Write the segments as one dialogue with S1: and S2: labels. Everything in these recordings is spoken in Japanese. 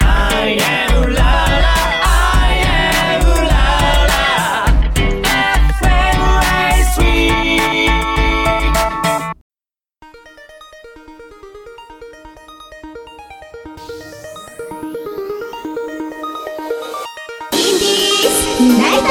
S1: I am la la, I am la la. FM ライスウィーク
S2: インディーズユナイタ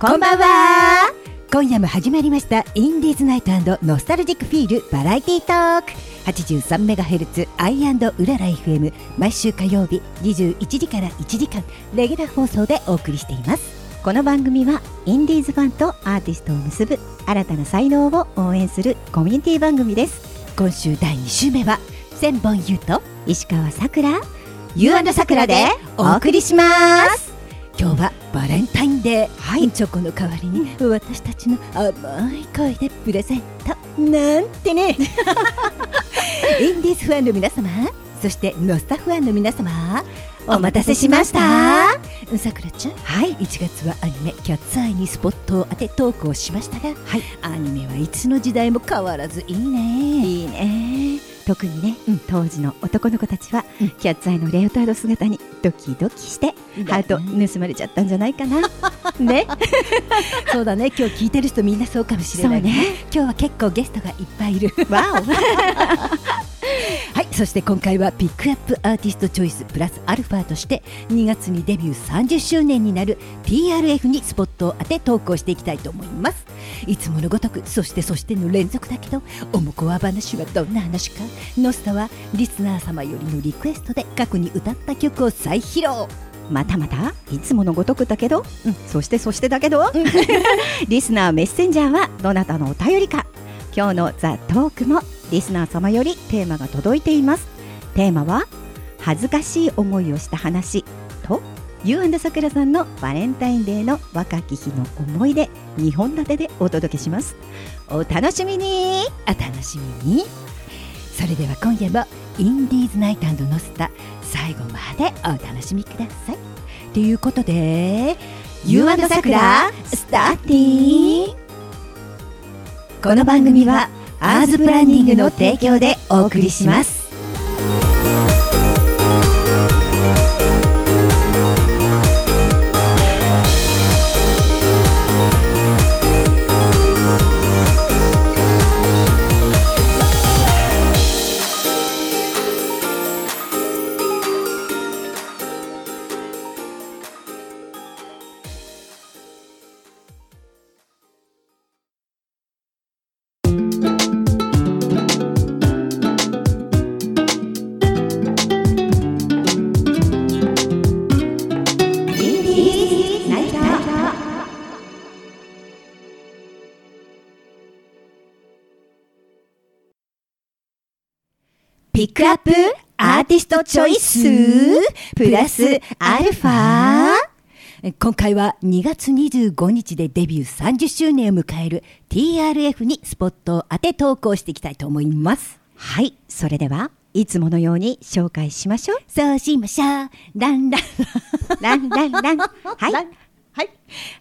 S3: こんばんは今夜も始まりましたインディーズナイトノスタルジックフィールバラエティトーク 83MHz アイウララ FM 毎週火曜日21時から1時間レギュラー放送でお送りしていますこの番組はインディーズファンとアーティストを結ぶ新たな才能を応援するコミュニティ番組です今週第2週目は千本優と石川さくら You さくらでお送りします今日はバレンタインデー、チョコの代わりに私たちの甘い声でプレゼントなんてねインディーズファンの皆様そしてノスタファンの皆様お待たせしましたさくらちゃんはい1月はアニメ「キャッツアイ」にスポットを当てトークをしましたが、アニメはいつの時代も変わらずいいねいいね特にね、当時の男の子たちは、キャッツアイのレオタード姿にドキドキしてハート盗まれちゃったんじゃないかな ね
S4: そうだね今日聞いてる人みんなそうかもしれないね
S3: 今日は結構ゲストがいっぱいいるわおはいそして今回はピックアップアーティストチョイスプラスアルファとして2月にデビュー30周年になる TRF にスポットを当て投稿していきたいと思いますいつものごとくそしてそしての連続だけどおもこわ話はどんな話かノスタはリスナー様よりのリクエストで過去に歌った曲を再披露
S4: またまたいつものごとくだけど、そしてそしてだけど、 リスナーメッセンジャーはどなたのお便りか今日の「ザ・トークもリスナー様よりテーマが届いていますテーマは「恥ずかしい思いをした話」と「You さくらさんのバレンタインデーの若き日の思い出2本立てでお届けしますお楽しみに
S3: お楽しみにそれでは今夜もインディーズナイトノスタ最後までお楽しみくださいということで You さくらスターティーこの番組はアーズプランニングの提供でお送りしますピックアップアーティストチョイスプラスアルファ今回は2月25日でデビュー30周年を迎える TRF にスポットを当て投稿していきたいと思います。
S4: はいそれではいつものように紹介しましょう
S3: そうしましょう。ランラン。
S4: ランランラン。はい。
S3: はい。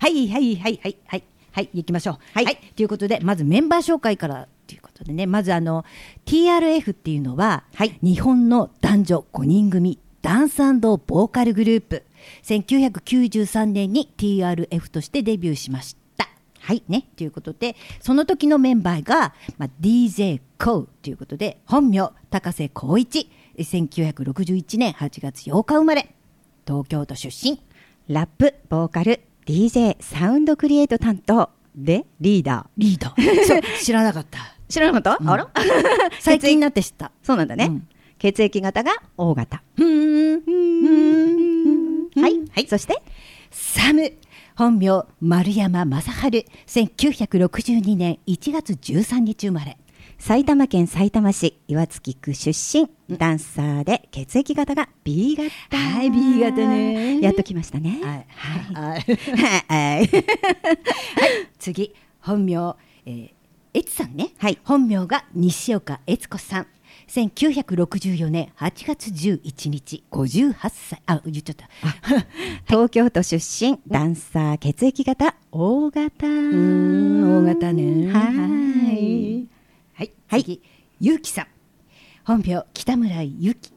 S3: はい、はい、はい、はい、はい。はい、行きましょう。
S4: はい
S3: ということで、まずメンバー紹介からということでね、まずあの、TRF っていうのは、
S4: はい
S3: 日本の男女5人組ダンスボーカルグループ。1993年に TRF としてデビューしました。はい。ね。ということで、その時のメンバーが、まあ、DJ コウということで、本名、高瀬光一。1961年8月8日生まれ。東京都出身。
S4: ラップ、ボーカル、DJ、サウンドクリエイト担当でリーダー。
S3: リーダー。そう、知らなかった。
S4: 知らなかった、あら
S3: 最近になって知った。
S4: そうなんだね。
S3: うん
S4: 血液型が O 型。
S3: ふーん。
S4: はい。はい。そして、
S3: サム。本名、丸山正春。1962年1月13日生まれ。
S4: 埼玉県埼玉市岩槻区出身、ダンサーで血液型が B 型。
S3: はい B 型ね
S4: やっときましたね。
S3: はい。はい。
S4: はい。
S3: 次、本名、えー、越さんね。
S4: はい
S3: 本名が西岡悦子さん。1964年8月11日、58歳。あ、言っちゃった。
S4: 東京都出身、ダンサー、血液型、O 型。
S3: うーん、大型ね。
S4: はい。はい
S3: 次ゆうきさん本名北村ゆき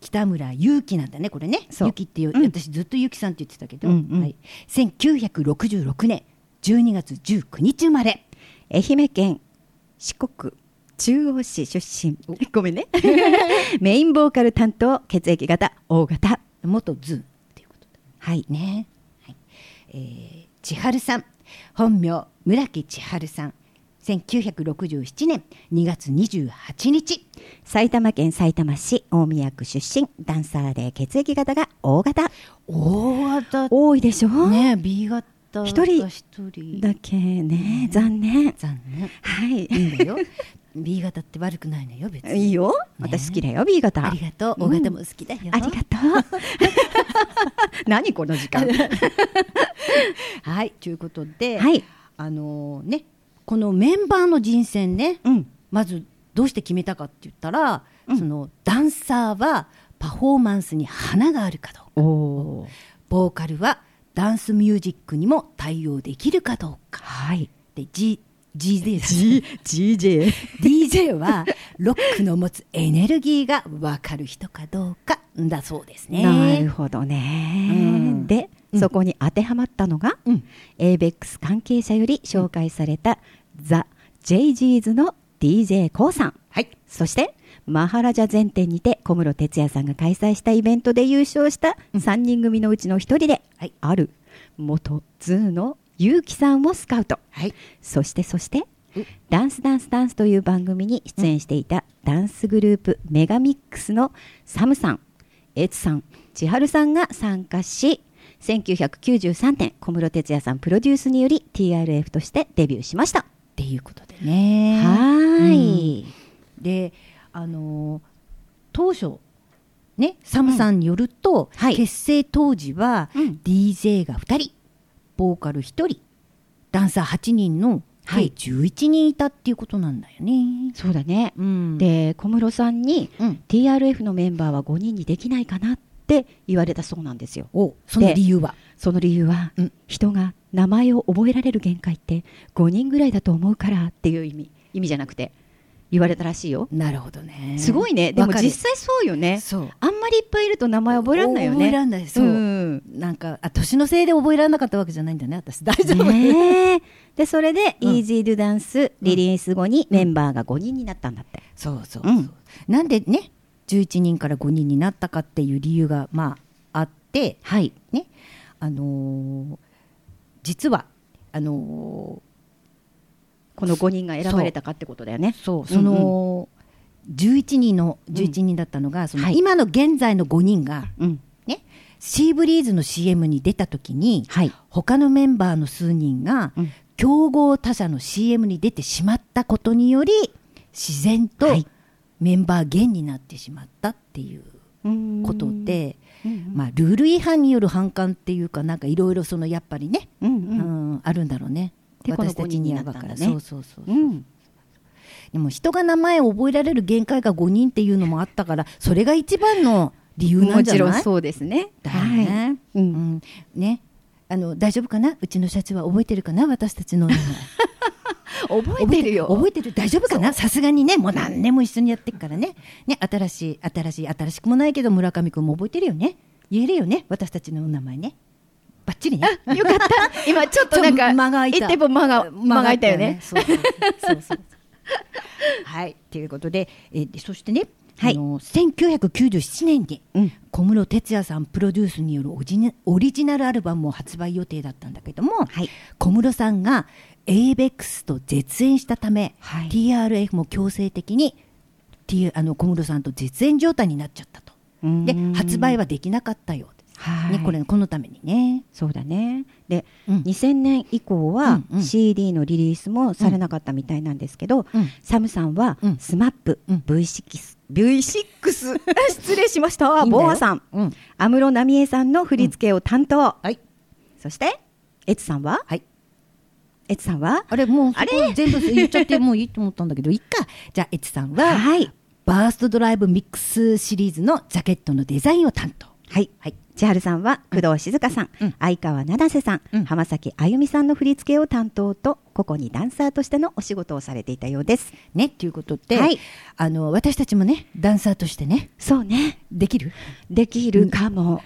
S3: 北村ゆうきなんだねこれね
S4: そう
S3: ゆきっていう、
S4: うん
S3: 私ずっとゆきさんって言ってたけど、
S4: うんうん
S3: はい、1966年12月19日生まれ
S4: 愛媛県四国中央市出身ごめんね メインボーカル担当血液型 O 型
S3: 元ズンっていうこと
S4: はい
S3: だね、はいえー、千春さん本名村木千春さん1967年2月28日
S4: 埼玉県埼玉市大宮区出身ダンサーで血液型が O 型
S3: 大型
S4: 多いでしょ、
S3: ね B 型が
S4: 一人
S3: 一人
S4: だけね残念
S3: 残念
S4: はい
S3: いいんだよ B 型って悪くないのよ別に
S4: いいよ私好きだよ B 型
S3: ありがとう
S4: う
S3: 大
S4: ん
S3: 型も好きだよ、
S4: ありがとう 何この時 間
S3: はいということで、
S4: はい
S3: あのねこのメンバーの人選ね
S4: うん
S3: まずどうして決めたかって言ったら、
S4: うん
S3: そのダンサーはパフォーマンスに花があるかどうか
S4: お お
S3: ボーカルはダンスミュージックにも対応できるかどうか
S4: はい
S3: で G GJ だ
S4: G GJ
S3: DJ はロックの持つエネルギーが分かる人かどうかだそうですね。
S4: なるほどね、
S3: うん
S4: で、
S3: うん
S4: そこに当てはまったのが、
S3: うん
S4: ABEX 関係者より紹介された、ザ・ JG's の DJ コウさん
S3: はい、
S4: そしてマハラジャ全店にて小室哲哉さんが開催したイベントで優勝した3人組のうちの一人で、
S3: はい
S4: ある元ズーのゆうきさんをスカウト
S3: はい、
S4: そしてそして
S3: うん
S4: 「ダンスダンスダンス」という番組に出演していたダンスグループメガミックスのサムさんエツさん千春さんが参加し1993年小室哲哉さんプロデュースにより TRF としてデビューしました。
S3: っていうことでね。
S4: はーい、
S3: であのー当初ねサムさんによると、
S4: うんはい
S3: 結成当時は
S4: うん
S3: DJ が2人ボーカル1人ダンサー8人の
S4: はい
S3: 計11人いたっていうことなんだよね。
S4: そうだね、
S3: うん
S4: で小室さんに
S3: うん
S4: TRF のメンバーは5人にできないかなって言われたそうなんですよ。
S3: おその理由は
S4: その理由は、
S3: うん
S4: 人が名前を覚えられる限界って5人ぐらいだと思うからっていう意味意味じゃなくて言われたらしいよ、
S3: なるほどね
S4: すごいねでも
S3: わかる
S4: 実際そうよね
S3: そう
S4: あんまりいっぱいいると名前覚えられないよね
S3: 覚えらんないそう、
S4: うん
S3: なんかあ年のせいで覚えられなかったわけじゃないんだね私大丈夫、
S4: ねえでそれで「
S3: うん
S4: EasyDoDance」リリース後にメンバーが5人になったんだって、
S3: そうそうそう、
S4: うん
S3: なんでね11人から5人になったかっていう理由がまああって
S4: はい
S3: ねあのー実はあの
S4: この5人が選ばれたかってことだよね
S3: ーそうその、11人の11人だったのが、その今の現在の5人が
S4: うん、うん
S3: ねシーブリーズの CM に出た時に
S4: はい
S3: 他のメンバーの数人が、
S4: うん
S3: 競合他社の CM に出てしまったことにより自然と
S4: はい
S3: メンバー減になってしまったっていう
S4: うん
S3: ことで、
S4: うん
S3: まあ、ルール違反による反感っていうかなんかいろいろそのやっぱりね、
S4: うんう
S3: うん
S4: ん
S3: あるんだろうね
S4: でこの
S3: 私たちには
S4: 五人にな
S3: 分
S4: った
S3: か
S4: んだ
S3: ら
S4: ね
S3: ねそうそうそう、
S4: うん
S3: でも人が名前を覚えられる限界が5人っていうのもあったからそれが一番の理由な
S4: も
S3: んじ
S4: ち
S3: ゃ
S4: ろん
S3: ない
S4: そうですね。
S3: だよね。
S4: はいうん
S3: うんねあの大丈夫かなうちの社長は覚えてるかな私たちの名前
S4: 覚えてるよ。
S3: 覚えてる大丈夫かなさすがにねもう何年も一緒にやってるからねね新しい新しい新しくもないけど村上君も覚えてるよね言えるよね私たちのお名前ねバッチリね
S4: よかった。今ちょっとなん
S3: ちょ
S4: か、
S3: 間が空いた
S4: 一手も 間が、間が空いたよね。
S3: 間が空いたよねそうそうそうそうはいということで、えーでそしてね、
S4: はい
S3: あの1997年に
S4: うん
S3: 小室哲哉さんプロデュースによるオジネオリジナルアルバムを発売予定だったんだけども、
S4: はい
S3: 小室さんが ABEX と絶縁したため、
S4: はい
S3: TRF も強制的に、T、あの小室さんと絶縁状態になっちゃったとで発売
S4: は、
S3: はできなかったようです、
S4: はい
S3: ね、これこのためにね。
S4: そうだね。で、
S3: うん
S4: 2000年以降は
S3: うんうん
S4: CD のリリースもされなかったみたいなんですけど、
S3: うん
S4: サムさんは
S3: うん
S4: SMAP、
S3: うん
S4: V6、V6 失礼しました。
S3: いいんだよ
S4: ボアさん、
S3: うん
S4: 安室奈美恵さんの振り付けを担当。
S3: はい
S4: そして、エツさんは、
S3: はい
S4: エツさんは、
S3: あれもうそこ
S4: あれ
S3: 全部言っちゃってもういいと思ったんだけどいっかじゃあエツさんは、
S4: はい。
S3: バーストドライブミックスシリーズのジャケットのデザインを担当
S4: はい、千春さんは工藤静香さん、
S3: うん
S4: 相川七瀬さん、
S3: うん
S4: 浜崎あゆみさんの振り付けを担当と個々にダンサーとしてのお仕事をされていたようです
S3: ねっていうことって、
S4: はい
S3: あの私たちもねダンサーとしてね
S4: そうね
S3: で きる
S4: できるかも、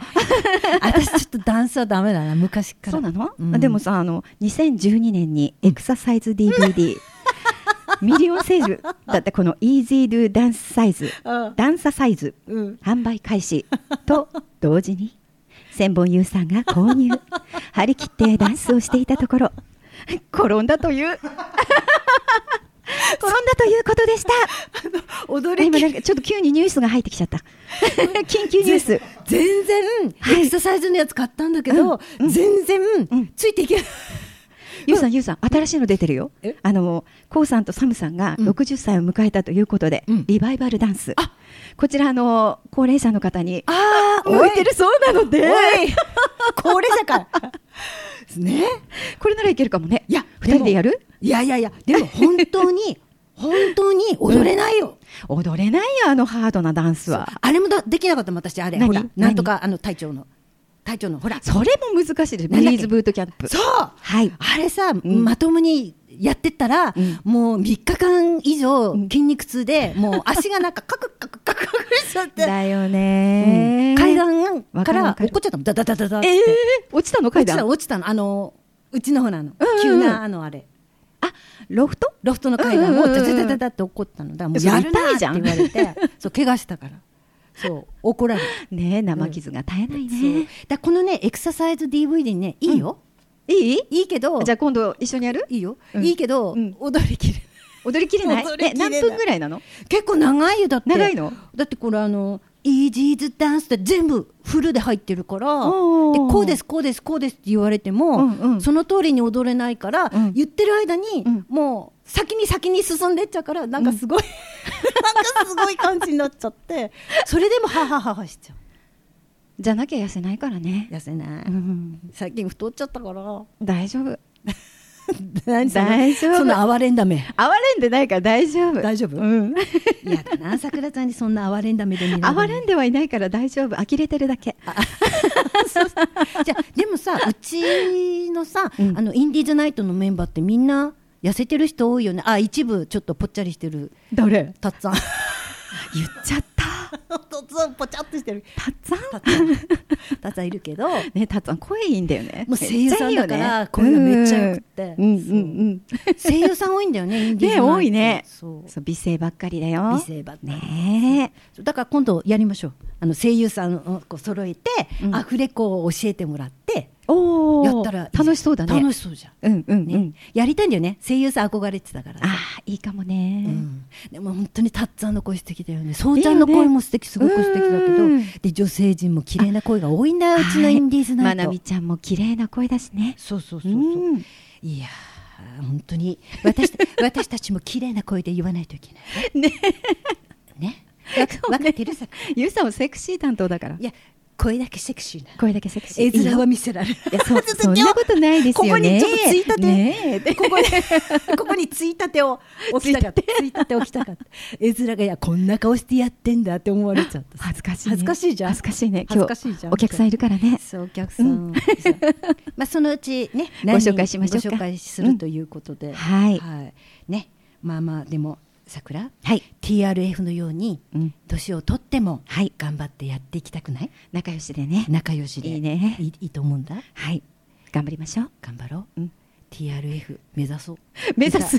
S3: 私ちょっとダンサーダメだな昔から
S4: そうなの、
S3: うん
S4: でもさあの2012年にエクササイズ DVD、ミリオンセールだってこの EasyDo ダンスサイズ
S3: うん
S4: ダンササイズ
S3: うん
S4: 販売開始と同時に千本優さんが購 入張り切ってダンスをしていたところ転んだとい う転んだということでした
S3: 踊
S4: 今なんかちょっと急にニュースが入ってき ちゃった緊急ニュース
S3: 全然、
S4: はい
S3: エクササイズのやつ買ったんだけど、全然、
S4: うん
S3: ついていけない
S4: ゆうさん、ゆうさん、新しいの出てるよ
S3: え。
S4: あの、こうさんとサムさんが
S3: うん
S4: 60歳を迎えたということで、
S3: うん
S4: リバイバルダンス。こちら、あの、高齢者の方に、
S3: あ
S4: 向いてるそうなので、
S3: おい高齢者かね
S4: これならいけるかもね。
S3: いや
S4: 二人でやる
S3: いやいやいやでも本当に 本当に踊れないよ、
S4: 踊れないよ、あのハードなダンスは。
S3: あれもだできなかったもん私あれ
S4: 何
S3: ほら
S4: 何
S3: なんとかあの隊長の隊長のほら
S4: それも難しいです。ブ
S3: なんだっけ
S4: リーズブートキャンプ。
S3: そう
S4: はい。
S3: あれさ、
S4: ん
S3: まともにやってったら、
S4: うん
S3: もう3日間以上
S4: ん
S3: 筋肉痛で、もう足がなんかカクカクカクカクしちゃって、
S4: だよ
S3: う
S4: ね
S3: ん階段
S4: わ
S3: か
S4: る
S3: ら
S4: わ
S3: 落
S4: る
S3: っこっちゃったもんダダダダダっ
S4: え
S3: て、
S4: ー落ちたの
S3: 落
S4: 階
S3: ちた
S4: 段。
S3: 落ちたのあのうちのほらあの、
S4: うんうんうん
S3: 急なあのあれ
S4: あ、ロフト
S3: ロフトの階段
S4: うんう
S3: を
S4: んうん
S3: ダ
S4: うん
S3: ダダダダって怒ったのだからもうやるなって言われ
S4: それ痛い
S3: てそう怪我したからそう怒られる、
S4: ねえ生傷が絶えない
S3: そう
S4: ね。
S3: だからこのねエクササイズ DVD にねいいよ、
S4: いい
S3: いいけど
S4: じゃあ今度一緒にやる
S3: いいよ、
S4: うん
S3: いいけど、
S4: うん
S3: 踊りきれない
S4: 踊りきれない
S3: 踊りきれない
S4: え何分ぐらいなの
S3: 結構長いよだって
S4: 長いの
S3: だってこれあのイージーズダンスって全部フルで入ってるからで
S4: おー
S3: こうですこうですこうですって言われても、
S4: うんうん
S3: その通りに踊れないから、
S4: うん
S3: 言ってる間に、
S4: うん
S3: もう先に先に進んでっちゃうからなんかすご い、なんかすごい感じになっちゃってそれでもハハハハしちゃ
S4: じゃなきゃ痩せないからね
S3: う、痩せない、
S4: うん、
S3: 最近太っちゃったから
S4: 大丈夫
S3: 何その
S4: 大丈夫
S3: その哀れんだめ
S4: 哀れんでないから大丈夫
S3: 大丈夫
S4: うん、
S3: 嫌だなさくらちゃんにそんな哀れんだめで見られるの
S4: 哀れんではいないから大丈夫呆れてるだけ
S3: じゃあでもさうちのさ、
S4: うん
S3: あのインディーズナイトのメンバーってみんな痩せてる人多いよねあ一部ちょっとぽっちゃりしてる
S4: どれ
S3: たっ つぁん
S4: 言っちゃった
S3: たっつぁんぽちゃっとしてる
S4: たっつぁん
S3: たっつぁんたっつぁんいるけども
S4: ねたっつぁん声いいんだよね
S3: う声優さんだか
S4: めっ
S3: ら
S4: ちゃいい
S3: 声
S4: よ
S3: が
S4: ね
S3: めっちゃよくって、
S4: うんうんうん
S3: 声優さん多いんだよ ねインディーズナイ
S4: ね
S3: ト
S4: 多いね
S3: そう
S4: そう美声ばっかりだよ
S3: 美声ばっかり
S4: ねえ
S3: だから今度やりましょうあの声優さんをこう揃えて、
S4: うん
S3: アフレコを教えてもらって
S4: お
S3: や
S4: ー
S3: ったらいいじゃん
S4: 楽しそうだね
S3: 楽しそうじゃん
S4: うんうんう
S3: ね、
S4: ん
S3: やりたいんだよね声優さん憧れてたから
S4: ああいいかもね、
S3: うんでも本当にたっつぁんの声素敵だよねそうちゃんの声も素敵すごく素敵だけど、
S4: うん
S3: で女性陣も綺麗な声が多いんだようちのインディーズナイト、
S4: まなみちゃんも綺麗な声だしね。
S3: そうそうそうそう、
S4: うん
S3: いやー本当に 私た私たちも綺麗な声で言わないといけない
S4: ね
S3: ねわ分かってるさ
S4: ゆうさんはセクシー担当だから
S3: い。や声だけセクシーな
S4: 声だけセクシー。
S3: 絵面はい見せられる
S4: や そう
S3: ちょっ
S4: そんなことないですよね。
S3: ここにちょっとついたて、
S4: ねえ
S3: ここに ここについたてを置きたか ったついたて置きたかった絵面がいやこんな顔してやってんだって思われちゃった
S4: 恥ずかしい、ね。
S3: 恥ずかしいじゃん
S4: 恥ずかしいね。
S3: 恥
S4: 今
S3: ずかしいじ
S4: 日
S3: ゃん
S4: お客さんいるからね。
S3: そうお客さん、 まあそのうちね何人
S4: ご紹介しましょうか
S3: ご紹介するということで、
S4: んはい
S3: ねまあまあでも桜
S4: はい。
S3: TRF のように
S4: うん
S3: 年を取っても、頑張ってやっていきたくない
S4: 仲良しでね。
S3: 仲良しで
S4: いいね
S3: いいいいと思うんだ
S4: はい。頑張りましょう。
S3: 頑張ろう、
S4: うん
S3: TRF 目指そう
S4: 目指す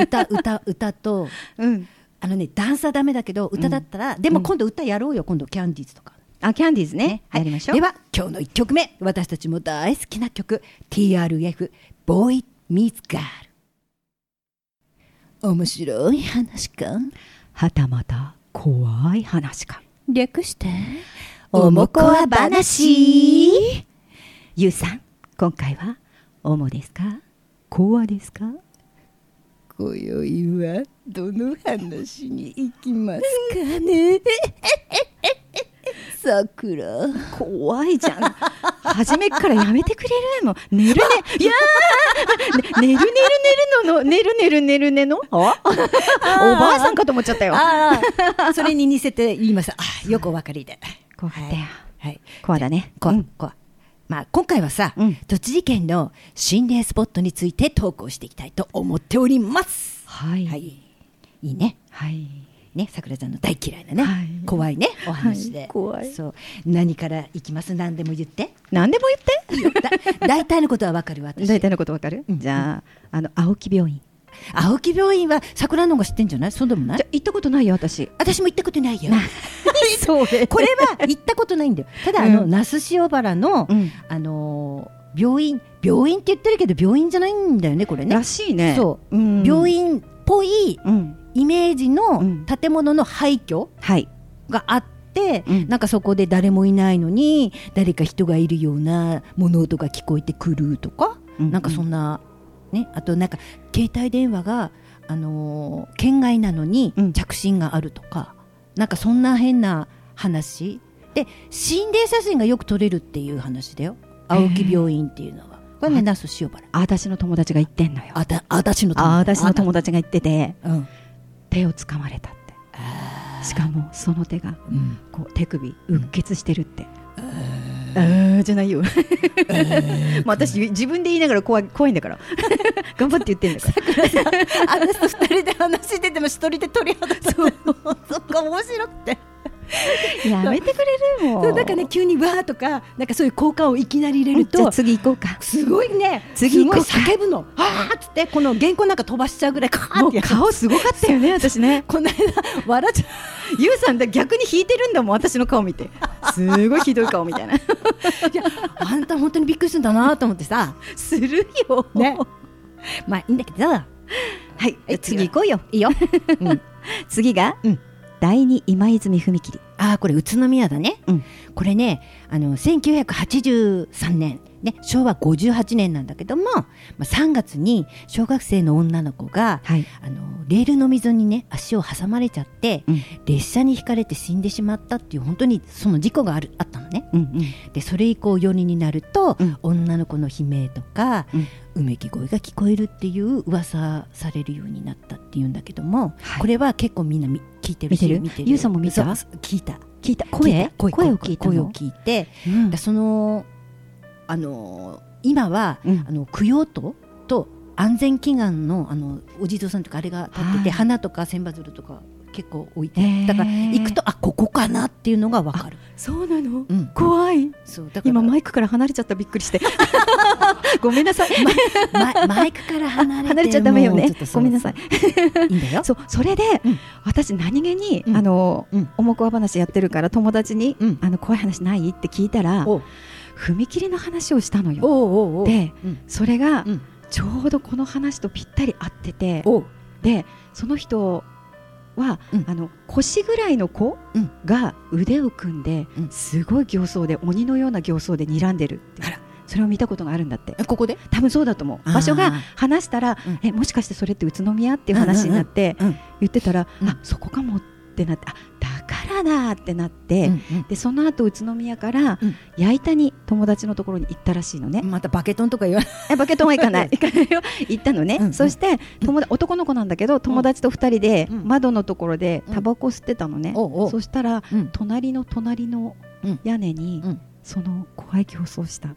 S3: 歌歌歌歌と
S4: うん。
S3: あのねダンサーダメだけど歌だったら、でも今度歌やろうよ今度キャンディーズとか
S4: あキャンディーズね。
S3: はい
S4: やりましょう。
S3: では今日の1曲目私たちも大好きな曲 TRF「ボーイ・ミーツ・ガール」面白い話か
S4: はたまた怖い話か。
S3: 略して
S4: お
S3: お
S4: も
S3: もこ
S4: こわ
S3: わ
S4: 話
S3: 話
S4: ゆうさん、今回は、おもですかこわですか
S3: 今宵はどの話に行きますかね さくら
S4: 怖いじゃん。初めっからやめてくれるもう寝るね。いやー、 ね、寝る寝る寝るのの、寝る寝る寝る寝のあおばあさんかと思っちゃったよ。
S3: ああそれに似せて言いましたあよくお分かりで
S4: 怖かったよ。
S3: はいはい。
S4: コアだね。
S3: こわ、
S4: うん
S3: こわ。まあ、今回はさ、
S4: うん
S3: 栃木県の心霊スポットについて投稿していきたいと思っております。
S4: はい。
S3: はい。いいね。
S4: はい。
S3: ね、桜ちゃんの大嫌いなね、
S4: はい
S3: 怖いね、お話で。
S4: はい怖い
S3: そう。何からいきます何でも言って。
S4: 何でも言って。
S3: だ大体のことはわかる私。
S4: 大体のことわかる、
S3: うん
S4: じゃあ、あの、青木病院。
S3: 青木病院は桜の方が知ってんじゃないそうでもない
S4: じゃ行ったことないよ、私。
S3: 私も行ったことない よ。
S4: そうで
S3: これは行ったことないんだよ。ただ、あの、
S4: うん
S3: 那須塩原の、
S4: うん
S3: あのー病院、病院って言ってるけど、病院じゃないんだよね、これね
S4: ら。しいね。
S3: そう、
S4: ん
S3: 病。院っぽい
S4: うん。
S3: イメージ
S4: う
S3: の
S4: ん
S3: 建物の廃墟
S4: はい。
S3: があって、
S4: うん
S3: なんかそこで誰もいないのに誰か人がいるような物音が聞こえてくるとか、
S4: うん
S3: なんかそんな、ね、あとなんか携帯電話が、あのー県外なのに
S4: うん
S3: 着信があるとか、なんかそんな変な話で心霊写真がよく撮れるっていう話だよ青木病院っていうのは。これね、那須塩原。
S4: あたしの友達が言ってんのよ。
S3: あた、あたしの友達。
S4: あたしの友達が言ってて、
S3: 達。うん。
S4: 手を掴まれたって。しかも、その手が、
S3: うん
S4: こう、手首、うっ血してるって。えー、じゃないよ。まあ私、自分で言いながら怖い怖いん だから。頑張って言ってんだから。
S3: あの人二人で話してても一人で鳥肌立つそうそっか面白くて
S4: やめてくれるも
S3: そうなんかね急にわーとかなんかそういう効果をいきなり入れる
S4: じゃ
S3: と
S4: あ次行こうか。
S3: すごいね
S4: 次
S3: す
S4: 行
S3: ご
S4: こ
S3: いう
S4: か
S3: 叫ぶのあーっつってこの原稿なんか飛ばしちゃうぐらいカー
S4: も
S3: っ
S4: う
S3: てやる
S4: 顔すごかったよね、私ね。
S3: この間笑っちゃ
S4: ゆうさんだ逆に引いてるんだもん、私の顔見て。すごいひどい顔みたい な。
S3: ういやあんた本当にびっくりするんだなと思ってさ
S4: するよ。
S3: ねまあいいんだけど
S4: はい、
S3: え
S4: 次行こうよ。
S3: いいよ、うん、
S4: 次が、
S3: うん
S4: 第二今泉踏切。
S3: ああこれ宇都宮だね、
S4: うん
S3: これねあの1983年、ね、昭和58年なんだけども、まあ、3月に小学生の女の子が、
S4: はい。
S3: あのレールの溝にね足を挟まれちゃって、
S4: うん
S3: 列車にひかれて死んでしまったっていう本当にその事故があるあったのね
S4: うんうん。
S3: でそれ以降4人になると、
S4: うん
S3: 女の子の悲鳴とか、
S4: うん
S3: うめき声が聞こえるっていう噂されるようになったっていうんだけども、
S4: はい
S3: これは結構みんなみ聞いてるし
S4: 見てるゆうさんも見た
S3: そう聞いた
S4: 聞いた
S3: 聞い
S4: 声
S3: た声
S4: を聞いた
S3: 声
S4: の
S3: を聞いて、
S4: うん
S3: でそのあのー今は、
S4: うん
S3: あの供養塔と安全祈願のあのお地蔵さんとかあれが立って
S4: は
S3: て
S4: い
S3: 花とか千羽鶴とか結構置いて、
S4: へー
S3: だから行くとあここかなっていうのがわかる。
S4: そうなの
S3: うん、
S4: 怖い。
S3: そうだから
S4: 今マイクから離れちゃったびっく りして。ごめんなさい。
S3: ま マイクから離れて
S4: 離れちゃダメよ
S3: もう
S4: ね
S3: ちょっと。そ
S4: ご
S3: う
S4: めんなさい。
S3: いいんだよ。
S4: そう、それで、
S3: うん
S4: 私何気に、
S3: うん
S4: あの、
S3: うん
S4: おもこわ話やってるから友達に、
S3: うん
S4: あの怖い話ないって聞いたら
S3: おう
S4: 踏切の話をしたの
S3: お
S4: よ。
S3: うおうおう
S4: で、
S3: うん
S4: それが、
S3: うん
S4: ちょうどこの話とぴったり合ってて、
S3: おう
S4: で、その人は、
S3: うん
S4: あの腰ぐらいの子
S3: うん
S4: が腕を組んで、
S3: うん
S4: すごい形相で鬼のような形相で睨んでるっていう
S3: あら
S4: それを見たことがあるんだって。
S3: ここで
S4: 多分そうだと思
S3: あ
S4: う
S3: ー
S4: 場所が話したら、
S3: うん
S4: えもしかしてそれって宇都宮っていう話になって、
S3: うんうんうん
S4: 言ってたら、
S3: うん
S4: あそこかもってなってあだからだってなって、
S3: うん
S4: でその後宇都宮から
S3: うん
S4: 矢板に友達のところに行ったらしいのね
S3: う、んまたバケトンとか言わない。
S4: えバケトンは行かない 行かないよ行ったのね、
S3: うんうん
S4: そして友達男の子なんだけど友達と2人で
S3: うん
S4: 窓のところで
S3: うん
S4: タバコ吸ってたのね、
S3: おうおう
S4: そしたら
S3: うん
S4: 隣の隣の
S3: うん
S4: 屋根に、
S3: うん
S4: その怖い競争した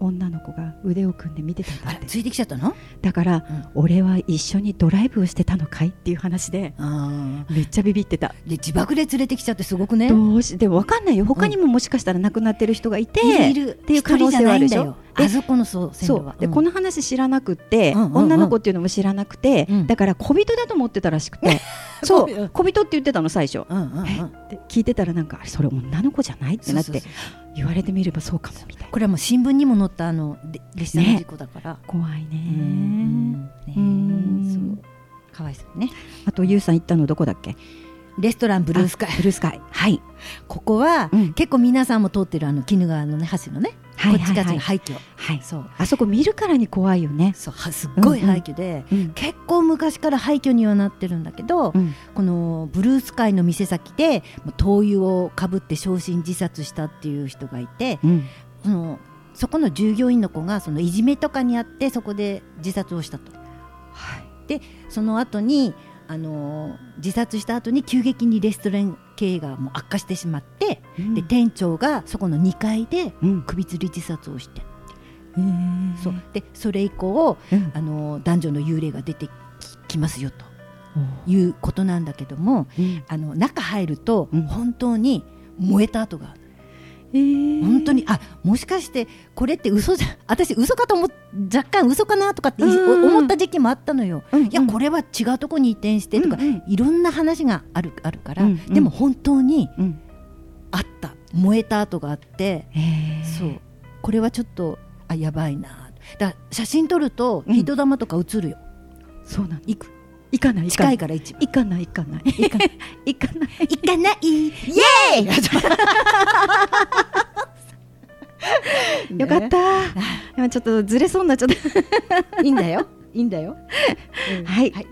S4: 女の子が腕を組んで見てたんだ
S3: あ
S4: っ
S3: ら
S4: て
S3: ついてきちゃったの？
S4: だから、俺は一緒にドライブをしてたのかいっていう話で
S3: あ
S4: めっちゃビビってた、
S3: ーで自爆で連れてきちゃってすごくね。
S4: どうしでも分かんないよ他にももしかしたら亡くなってる人がいて、
S3: いるいる
S4: っていう可能性はあるで
S3: 一人じ
S4: しょ
S3: ゃないんだよあそこのそう線路
S4: そ
S3: は
S4: うで、こ
S3: の
S4: の話知らなくって、
S3: うんうんうん
S4: 女の子っていうのも知らなくて、
S3: うん
S4: だから小人だと思ってたらし くてそ
S3: 小人
S4: う小人って言ってたの最初
S3: うんうんうん
S4: えで聞いてたらなんかあれそれ女の子じゃないってなって
S3: そうそう
S4: 言われてみればそうかもみたいな
S3: これはもう新聞にも載ったあので列車の事故だから。
S4: 怖いね
S3: うんね
S4: うん
S3: そうかわいそうにね。
S4: あとゆうさん行ったのどこだっけ
S3: レストランブルースカイ
S4: あブルースカイはい
S3: ここは、
S4: うん
S3: 結構皆さんも通ってるあの鬼怒川のね橋のね、
S4: はいはいは
S3: こ
S4: い
S3: っちたちの廃墟、
S4: はい
S3: そう
S4: あそこ見るからに怖いよね
S3: そうはすっごい廃墟で、
S4: うん
S3: 結構昔から廃墟にはなってるんだけど、
S4: うん
S3: このブルースカイの店先でもう灯油をかぶって焼身自殺したっていう人がいて、
S4: うん
S3: そのそこの従業員の子がそのいじめとかにあってそこで自殺をしたと。
S4: はい
S3: でその後にあのー自殺した後に急激にレストラン経営がもう悪化してしまって、で店長がそこの2階で
S4: うん
S3: 首吊り自殺をして、
S4: そ
S3: そううでそれ以降、
S4: うん
S3: あのー男女の幽霊が出てききますよということなんだけどもあの中入ると
S4: うん
S3: 本当に燃えた跡がある本
S4: 本
S3: 当
S4: に
S3: にあもしかしてこれって嘘じゃ私嘘かと思っ若干嘘かなとかってい
S4: うんうんうん
S3: 思った時期もあったのよ、
S4: うんうん
S3: いやこれは違うとこに移転してとか、
S4: うんうん
S3: いろんな話があるあるから、
S4: うんうん
S3: でも本当に
S4: うん
S3: あった燃えた跡があって
S4: そ
S3: そううこれはちょっとあやばいなだから写真撮ると
S4: うん
S3: 人玉とか映るよ、
S4: そうなの
S3: 行く
S4: 行かない
S3: 近い
S4: か
S3: から一番
S4: 行かない行かない行かない 行かない
S3: 行かないイエ ーイ
S4: よかった今ちょっとずれそうになっちゃった
S3: いいんだよいいんだよ、うん
S4: はい
S3: はい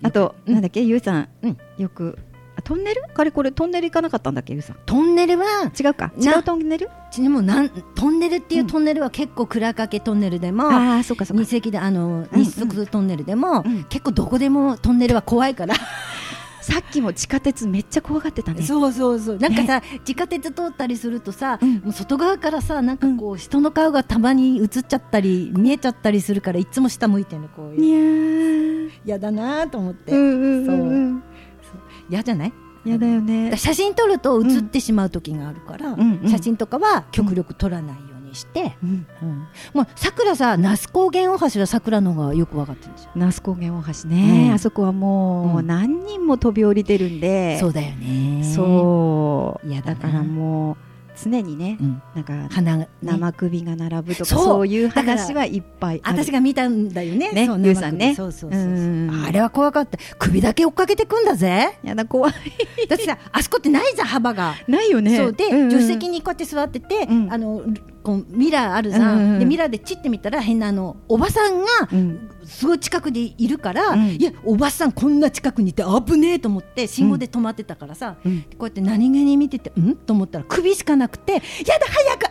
S4: あと、
S3: うん
S4: なんだっけ、ゆうさん、
S3: うん
S4: よく。あトンネル、かれこれトンネル行かなかったんだっけ、ゆうさん。
S3: トンネルは
S4: 違うか、
S3: な
S4: 違うトンネル。
S3: うちにもなんトンネルっていううんトンネルは結構暗かけトンネルでも、
S4: ああ、そうか、そう
S3: 二
S4: か。
S3: 石であの
S4: うん
S3: 日足トンネルでも、
S4: うん
S3: 結構どこでもトンネルは怖いから、
S4: さっきも地下鉄めっちゃ怖がってたね。
S3: そうそうそうなんかさ、地下鉄通ったりするとさ、
S4: うん
S3: もう外側からさなんかこう、人の顔がたまに映っちゃったり見えちゃったりするからいつも下向いてるのこういう
S4: にゃー。
S3: 嫌だなと思って
S4: うんうんうんうん。
S3: 嫌、じゃない
S4: やだよ
S3: だ
S4: ね
S3: から。写真撮ると映ってしまう時があるから、
S4: んうん
S3: 写真とかは極力撮らないようにして、
S4: うん、
S3: もう桜さ那須高原大橋は桜の方がよく分かってるんですよ
S4: 那須高原大橋ね、
S3: うん
S4: あそこはもう、
S3: うん
S4: 何人も飛び降りてるんで。
S3: そうだよね
S4: そう。
S3: いやだ
S4: だ
S3: な
S4: からもう、常にね
S3: う、ん
S4: なんか。
S3: 花が、ね、
S4: 生首が並ぶとか
S3: そう
S4: そういう
S3: だから
S4: 話はいっぱいある
S3: 私が見たんだよね
S4: ね
S3: そう
S4: ゆうさんね
S3: 生首そうそうそうそう
S4: うん
S3: あれは怖かった首だけ追っかけてくんだぜ
S4: やだ怖い
S3: だってさあそこってないじゃん幅が、
S4: ないよね
S3: そうで、
S4: んん
S3: 助手席にこうやって座ってて、
S4: うん
S3: あのこうミラーあるじゃん、
S4: うんうん
S3: でミラーでチってみたら変なあのおばさんが
S4: うん
S3: すごい近くでいるから、
S4: うん
S3: いやおばさんこんな近くにいて危ねえと思って信号で止まってたからさ、
S4: うん
S3: こうやって何気に見ててうんと思ったら首しかなくて「やだ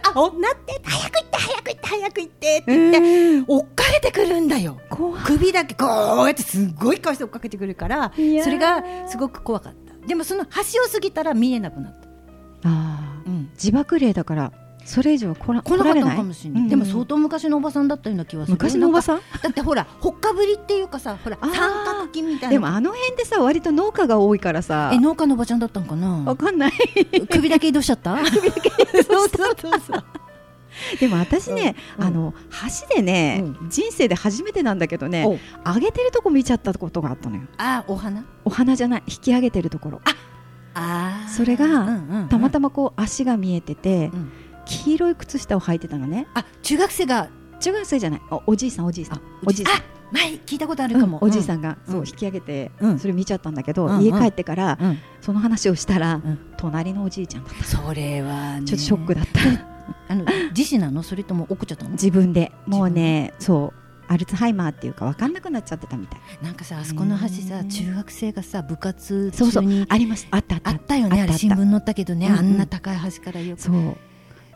S3: 早く青なって早く行って早く行って早く行って」って言って、追っかけてくるんだよ
S4: 怖い
S3: 首だけこうやってすごい顔して追っかけてくるからそ
S4: いやー
S3: れがすごく怖かったでもその橋を過ぎたら見えなくなった、
S4: ああ自爆霊だからそれ以上は来ら
S3: 来なか
S4: ら
S3: った
S4: れ
S3: の
S4: ない
S3: かもしれない、
S4: うん
S3: でも相当昔のおばさんだったような気はする
S4: 昔のおばさん
S3: なんかだってほらほっかぶりっていうかさほら
S4: あー
S3: 三角筋みたいな
S4: でもあの辺ってさ割と農家が多いからさ
S3: え農家のおばちゃんだったのかな
S4: わかんない
S3: 首だけ移動しちゃった
S4: そうそうそうそうでも私ね、
S3: うん
S4: あの橋でね、人生で初めてなんだけどね
S3: お
S4: 上げてるとこ見ちゃったことがあったのよ
S3: あーお花
S4: お花じゃない引き上げてるところ
S3: あー
S4: それが
S3: うんうんうん
S4: たまたまこう足が見えてて、
S3: うん
S4: 黄色い靴下を履いてたのね
S3: あ中学生が
S4: 中学生じゃないおおじいさんおじいさんおじいさん
S3: あ前聞いたことあるかも、
S4: おじい
S3: ん、
S4: さんが、
S3: うん
S4: そう引き上げて、
S3: うん
S4: それ見ちゃったんだけど、
S3: うんうん
S4: 家帰ってから、
S3: うん
S4: その話をしたら、
S3: ん
S4: 隣のおじいちゃんだった
S3: それはね
S4: ちょっとショックだった、
S3: あの自死なのそれとも怒っちゃったの
S4: 自分でもうねそうアルツハイマーっていうか分かんなくなっちゃってたみたい
S3: なんかさあそこの橋
S4: う
S3: さ
S4: ん
S3: 中学生がさ部活
S4: そうそ
S3: 中
S4: う
S3: に
S4: ありましたあったあった
S3: あったよね
S4: あ
S3: あれ
S4: ったあった
S3: 新聞載ったけどね
S4: うんうん
S3: あんな高い橋からよく
S4: そう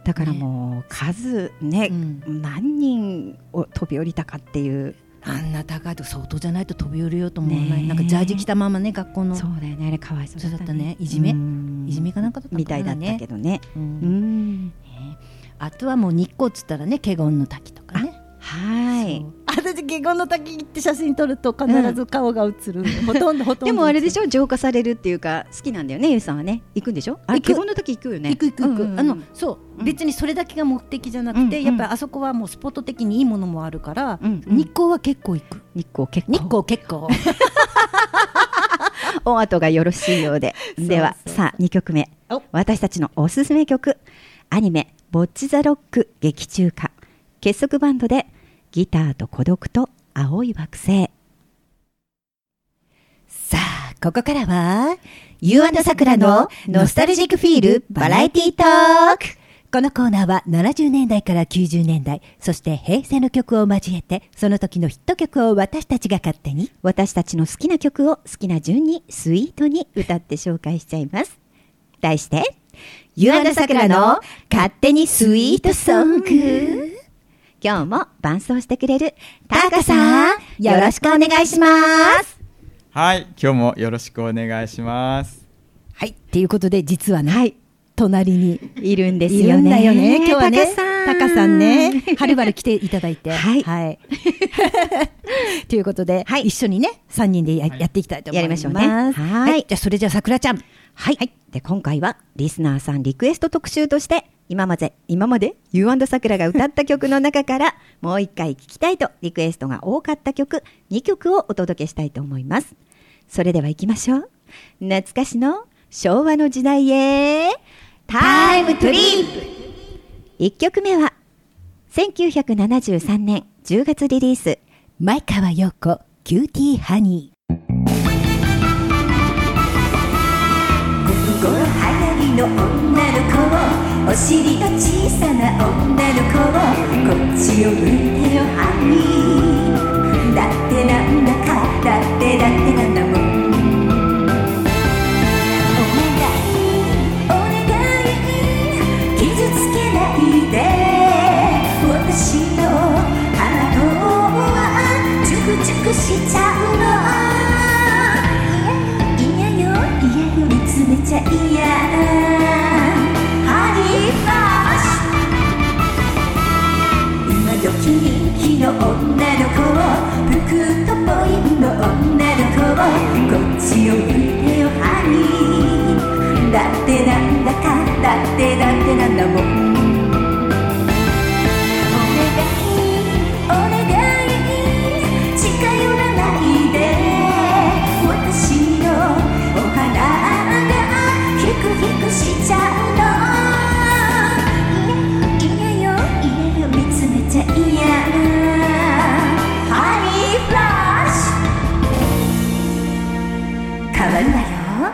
S4: だからもう、数
S3: う
S4: ね、
S3: ん
S4: 何人を飛び降りたかっていう
S3: あんな高いとこ相当じゃないと飛び降りようと思わない
S4: ねえ
S3: なんかジャージ着たままね学校の
S4: そうだよねあれかわいそうだった
S3: そうだったね
S4: ね
S3: いじめ
S4: うん
S3: いじめかなんかだったの
S4: みた
S3: か
S4: いだ
S3: な
S4: ったけどね
S3: うん
S4: うん
S3: あとはもう日光っつったらね華厳の滝とかね
S4: はい
S3: 私華厳の滝行って写真撮ると必
S4: ず
S3: 顔が映る、ほとんどほ と
S4: でもあれで
S3: ょ
S4: しょ浄化されるっていうか好きなんだよねゆうさんはね行くんでしょあれ
S3: 行く
S4: 結婚の時行くよね
S3: 行く行く行く、
S4: うんうん
S3: あの
S4: うん
S3: そう、
S4: うん
S3: 別にそれだけが目的じゃなくて、
S4: うん
S3: やっぱりあそこはもうスポット的にいいものもあるから、
S4: うん
S3: 日光は結構行く
S4: 日光結構
S3: 日光結構
S4: お後がよろしいようで
S3: そう
S4: では
S3: そう
S4: さあ2曲目
S3: お
S4: 私たちのおすすめ曲アニメ「ボッチ・ザ・ロック」劇中歌結束バンドで「ギターと孤独と青い惑星
S3: さあここからは You and さくらのノスタルジックフィールバラエティートークこのコーナーは70年代から90年代そして平成の曲を交えてその時のヒット曲を私たちが勝手に」
S4: 私たちの好きな曲を好きな順にスイートに歌って紹介しちゃいます題して「ゆあなさくらの勝手にスイートソング」今日も伴奏してくれるタカさんよろしくお願いします
S5: はい、今日もよろしくお願いします。
S3: はいっていうことで実はね、
S4: はい
S3: 隣に
S4: いるんです
S3: い
S4: よね。
S3: るんだよね今日はね
S4: タカさん
S3: タカさんねはるばる来ていただいて
S4: はい
S3: い ということで、
S4: はい
S3: 一緒にね3人でや,、っていきたいと思います
S4: やりましょうね
S3: は
S4: はいい
S3: じゃあそれじゃあさくらちゃん
S4: はい、で今回はリスナーさんリクエスト特集として今まで今まで You and さくらが歌った曲の中 からもう一回聴きたいとリクエストが多かった曲2曲をお届けしたいと思いますそれでは行きましょう懐かしの昭和の時代へタイムトリップ1曲目は1973年10月リリース
S3: 前川陽子キューティーハニ
S6: ゴロ流行りの女の子をお尻と小さな女の子をこっちを向いてよハニーだってなんだかだってだってなんだもんお願いお願い傷つけないで私の花とはチュクチュクしちゃうのいやいやよいやよ見つめちゃいやハニーファースト今時人気の女の子をぷくっとポインの女の子をこっちを向いてよハニーだってなんだかだってだってなんだもんお願いお願い近寄らないで私のお花がヒクヒクしちゃうのいやいやよいやよ見つめちゃいやハニーフラッシュ変わるわよ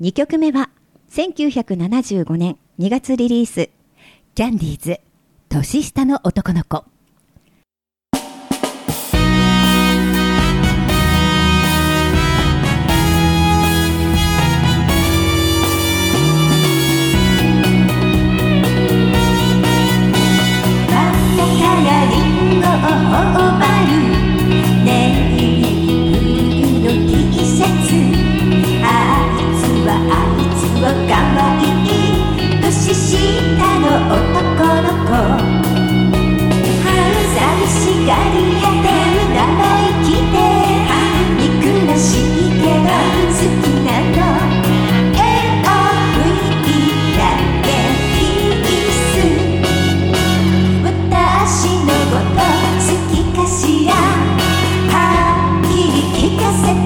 S4: 2曲目は1975年2月リリース
S3: ーキャンディーズ年下の男の子
S6: 真ん中からリンゴを頬張るねえの季節あいつはあいつはかわいい年下の男の子「寂しがり屋で生きて」「憎らしいけど好きなの」「AOVE だけいいっす」私のこと好きかしらはっきり聞かせて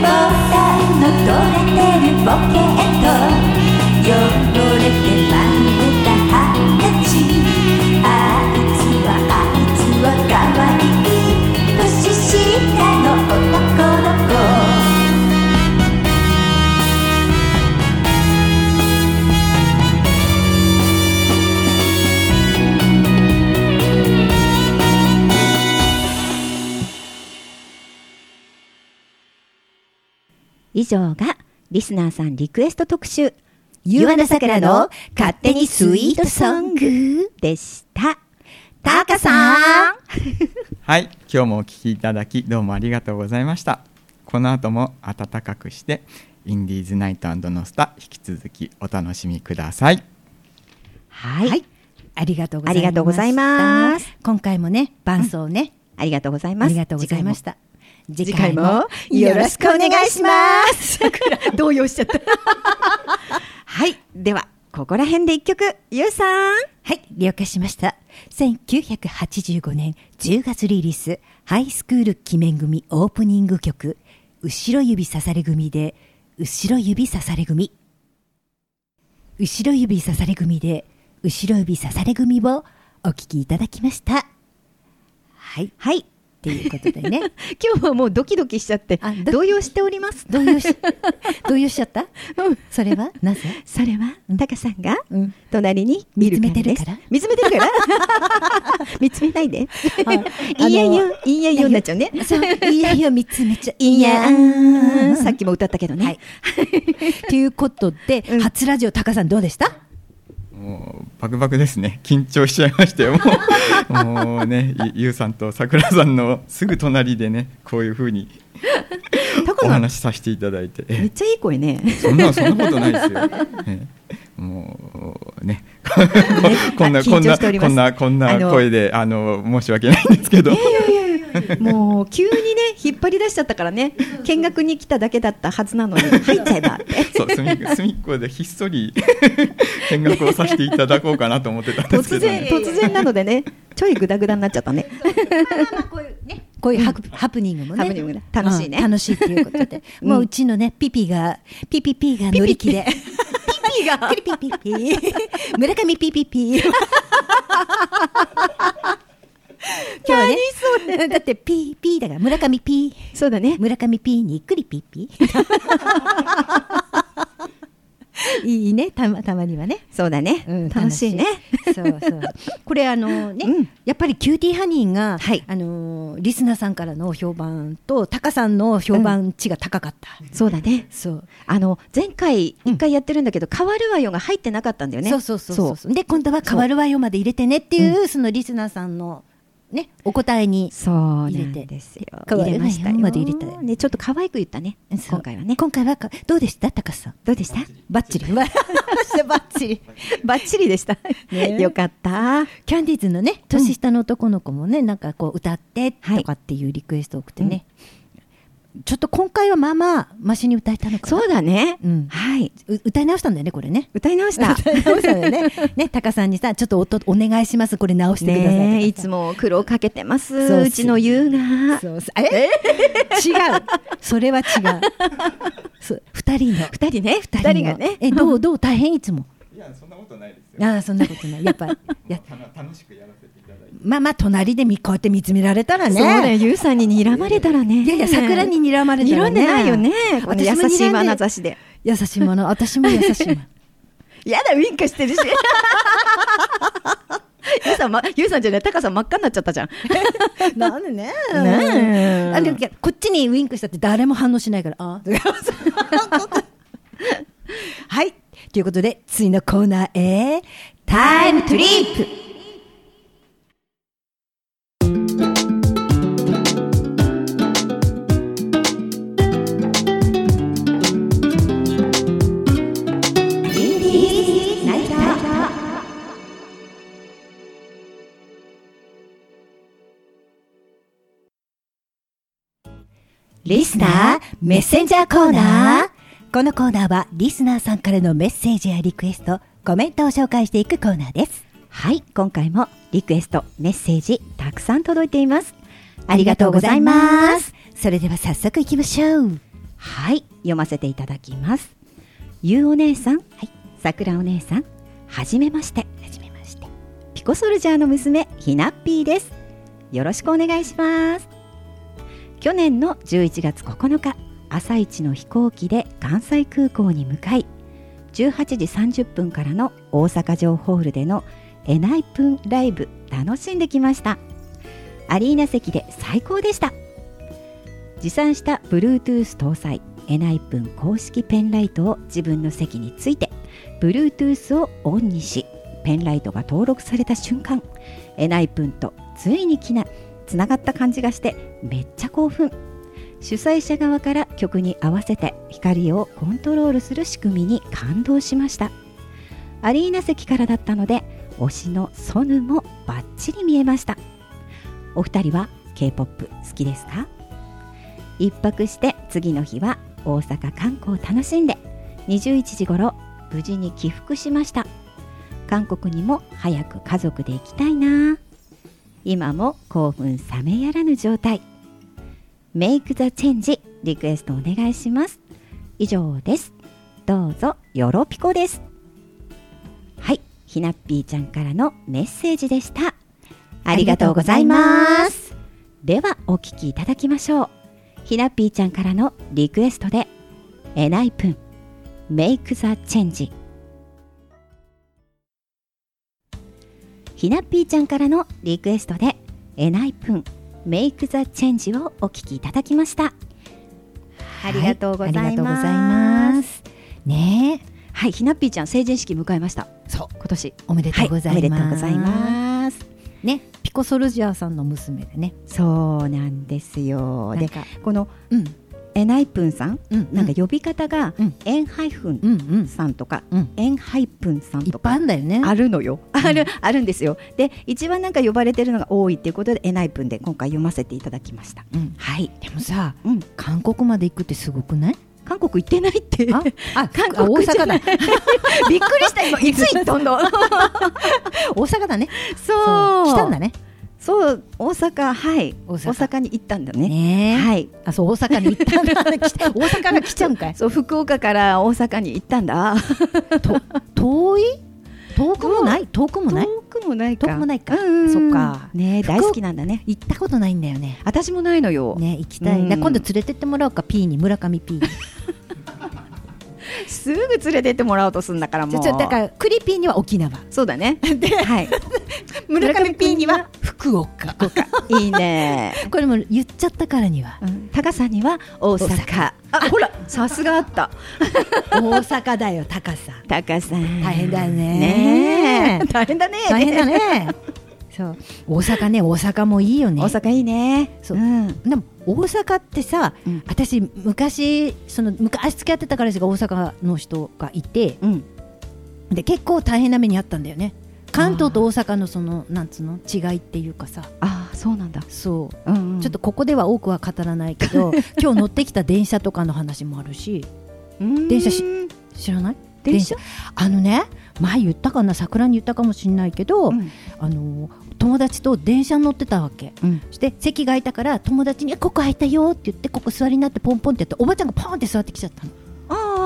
S6: ボタンの取れてるポケット汚れてまぶたハンカチあいつはあいつはかわいい年下の男の子
S4: 以上がリスナーさんリクエスト特集
S3: ゆ
S4: ゆ
S3: わ
S4: わ
S3: な
S4: な
S3: さく
S4: さく
S3: ら
S4: ら
S3: の
S4: の
S3: 勝
S4: 勝
S3: 手
S4: 手
S3: に
S4: に
S3: ス
S4: ス
S3: イー
S4: イー
S3: ト
S4: ト
S3: ソ
S4: ソ
S3: ン
S4: ングでした
S3: タカさん
S5: はい、今日もお聞きいただきどうもありがとうございました。この後も暖かくしてインディーズナイトノスタ引き続きお楽しみください。
S4: はい、
S3: はいありがとうございました
S4: ありがとうございます
S3: 今回もね伴奏をね、
S4: ありがとうございま
S3: あ
S4: す
S3: りがとうございました次
S4: 次回もよろしくお願いします
S3: 動揺しちゃった
S4: はいではここら辺で一曲ゆうさん
S3: はい、了解しました。1985年10月リリース、ハイスクール記念組オープニング曲、後ろ指刺され組で、後ろ指刺され組。後ろ指刺され組で、後ろ指刺され組をお聞きいただきました。はい。
S4: はい
S3: ということで ね、
S4: 今日はもうドキドキしちゃって
S3: あど
S4: 動揺しております
S3: 動 揺し、動揺しちゃったそれはなぜ
S4: それはタカさんが
S3: うん
S4: 隣に見るからです見つめてるから 見つめないで
S3: あ
S4: いやいやいやいやになっちゃうね
S3: そう、いやいや、見つめちゃ、
S4: いや
S3: ー
S4: さっきも歌ったけどね、
S3: はいということで、
S4: ん
S3: 初ラジオ、タカさんどうでした
S5: もうバクバクですね 緊張しちゃいましたよもうもうねゆゆうさんとさくらさんのすぐ隣でねこういうふうに
S4: 高
S5: お
S4: 野
S5: 話しさせていただいて
S4: め
S5: え
S4: っちゃいい声ね。
S5: そんなそんなことないで すよ、ええもうね こんな
S4: 緊張
S5: こんな
S4: しております
S5: こんなこん
S4: あ
S5: な
S4: の
S5: 声であの申し訳ないんです けど、
S4: いやいやいや もう急にね引っ張り出しちゃったからね見学に来ただけだったはずなのに入っちゃえばって
S5: そう隅っ隅っこでひっそり 見学をさせていただこうかなと思ってたんで す
S4: 突
S5: けど、
S4: 然
S5: ね、
S4: 突然なのでねちょいグダグダになっちゃったね
S2: こういうね
S3: こういうハプ,、ハプニングもね
S4: ハプニングね楽しいね
S3: うん楽しいっていうことで、
S4: うん
S3: もううちのねピピがピピピが乗り気でピピがピピピピ 村上ピピピ 今日はねうんだってピーピーだから村上ピー
S4: そうだね
S3: 村上ピーにっくりピーピ ーいいねたまたまにはね
S4: そうだね、
S3: うん
S4: 楽しいね
S3: そうそう。これあのね、
S4: うん
S3: やっぱりキューティーハニーが、
S4: はい
S3: あのーリスナーさんからの評判とタカさんの評判値が高かった。
S4: そうだね
S3: そう。
S4: あの前回一回やってるんだけど、変わるわよが入ってなかったんだよね
S3: そうそうそうそうで今度は変わるわよまで入れてねっていうそのリスナーさんのねお答えに
S4: そうなん
S3: 入れて
S4: ですよ
S3: 変わるわよまで入れたよ
S4: ねちょっと可愛く言ったね今回はね
S3: 今回はかどうでしたタカさん
S4: どうでした
S3: バッチリ バッチリ
S4: バッチリでした、
S3: ね
S4: よかった
S3: キャンディーズのね年下の男の子もね、なんかこう歌って
S4: はい
S3: とかっていうリクエスト多くてね、ちょっと今回はまあまあマシに歌えたのかな
S4: そうだね、
S3: うん
S4: はいう
S3: 歌い直したんだよねこれね
S4: 歌い直した
S3: 歌い直したんだよ ねねタカさんにさちょっと音お願いしますこれ直してくださいとかさ
S4: ねえいつも苦労かけてます
S3: そう
S4: うちの優が
S3: そうそうあれ違うそれは違うそう二人の
S4: 二人ね二
S3: 二
S4: 人
S3: の
S4: がね
S3: え どうどう大変いつも
S5: いやそんなことないですよ
S3: ああそんなことないやっぱや
S5: たの楽しくやらせていただいて
S3: まあまあ隣でみこうやって見つめられたらね
S4: そうだよ優さんに睨まれたらね
S3: いやいや桜に睨まれたら
S4: 睨んでないよねこの
S3: 私
S4: 優
S3: も睨んで
S4: しい眼差しで
S3: 優しいもの私も優しいもの
S4: やだウインク してるし優さん、ま、優さんじゃないタカさん真っ赤になっちゃったじゃん
S3: なんでね
S4: ねえ
S3: あでもいやこっちにウインクしたって誰も反応しないから あとかはいということで次のコーナーへタイムトリッ
S6: インディーズナイター
S3: リスナーメッセンジャーコーナーこのコーナーはリスナーさんからのメッセージやリクエストコメントを紹介していくコーナーです
S4: はい今回もリクエストメッセージたくさん届いています
S3: あ
S4: ありがとうございます
S3: すそれでは早速いきましょう
S4: はい、読ませていただきます。ゆうお姉さん、はい、さくらお姉さん、はじめまして。はじめまして。ピコソルジャーの娘、ひなっぴーです。よろしくお願いします。去年の11月9日、朝一の飛行機で関西空港に向かい、18時30分からの大阪城ホールでのエナイプンライブ楽しんできました。アリーナ席で最高でした。持参した Bluetooth 搭載エナイプン公式ペンライトを自分の席について Bluetooth をオンにしペンライトが登録された瞬間エナイプンとついにきなつながった感じがしてめっちゃ興奮主催者側から曲に合わせて光をコントロールする仕組みに感動しましたアリーナ席からだったので推しのソヌもバッチリ見えましたお二人は K-POP 好きですか一泊して次の日は大阪観光を楽しんで21時頃無事に帰復しました韓国にも早く家族で行きたいな今も興奮冷めやらぬ状態メイクザチェンジリクエストお願いします以上ですどうぞよろぴこですはいひなっぴーちゃんからのメッセージでしたありがとうございますではお聞きいただきましょうひなぴーちゃんからのリクエストで「エナイプンメイク・ザ・チェンジ」ひなぴーちゃんからのリクエストで「エナイプンメイク・ザ・チェンジ」をお聞きいただきましたありがとうございます,、
S3: ありがとうございますねえ
S4: はいひなぴーちゃん成人式迎えました
S3: そう
S4: 今年
S3: おめでとうございます、
S4: おめでとうございます
S3: ねピコソルジャーさんの娘でね
S4: そうなんですよ
S3: なん
S4: で
S3: か
S4: この
S3: うん
S4: エナイプンさん
S3: うん
S4: なんか呼び方が
S3: うん
S4: エンハイフン
S3: うんうん
S4: さんとか、
S3: うん
S4: エンハイプンさん
S3: いっ
S4: と
S3: ぱいあ
S4: か
S3: んだよね
S4: あるのよ、あるあるんですよで一番なんか呼ばれてるのが多いっていうことでエナイプンで今回読ませていただきました
S3: うんはいでもさ、
S4: うん
S3: 韓国まで行くってすごくない
S4: 韓国行ってないって
S3: ああ
S4: 韓
S3: あ大
S4: 国じゃ
S3: 阪
S4: な
S3: だ
S4: い びっくりした今いつ行ったんだ
S3: 大阪だね
S4: そう
S3: 来たんだね
S4: そう大阪はい
S3: 大
S4: 大
S3: 阪
S4: 阪に行ったんだね
S3: ねえ
S4: はい
S3: あそう大阪に行ったんだ来 て大阪が来ちゃうんかい
S4: そう福岡から大阪に行ったんだ
S3: と遠い遠くもない遠くもない
S4: 遠くもないか
S3: 遠くもないか
S4: うんうん
S3: そっか
S4: ね
S3: 福
S4: 大好きなんだね
S3: 行ったことないんだよね
S4: 私もないのよ、
S3: ね行きたい、
S4: うん
S3: な今度連れてってもらおうか P に村上 P に
S4: すぐ連れてってもらおうとするんだから
S3: ち
S4: も
S3: ょ
S4: う
S3: ちょだからクリピーには沖縄
S4: そうだねはい
S3: 村上 P に
S4: 村
S3: は福岡
S4: いいね、
S3: これも言っちゃったからには
S4: うん、高さんには大阪
S3: 大阪
S4: あほらさすがあった
S3: 大阪だよ高さ
S4: 高さん
S3: 大変だね
S4: ねえ大変だね
S3: 大変だねそう大阪ね大阪もいいよね
S4: 大阪いいね
S3: そうんでも大阪ってさ、
S4: うん
S3: 私昔その昔付き合ってた彼氏が大阪の人がいて
S4: うん
S3: で結構大変な目にあったんだよね関東と大阪のそのなんつうの違いっていうかさ
S4: ああそうなんだ、
S3: そう
S4: うんうん
S3: ちょっとここでは多くは語らないけ ど今日乗ってきた電車とかの話もあるし電
S4: 電
S3: 車し知らない
S4: 電車
S3: あのね前言ったかな桜に言ったかもしれないけど、
S4: うん
S3: あの友達と電車に乗ってたわけ
S4: うん
S3: そして席が空いたから友達にえ「ここ空いたよ」って言って「ここ座りになってポンポン」ってやっておばちゃんがパーンって座ってきちゃったの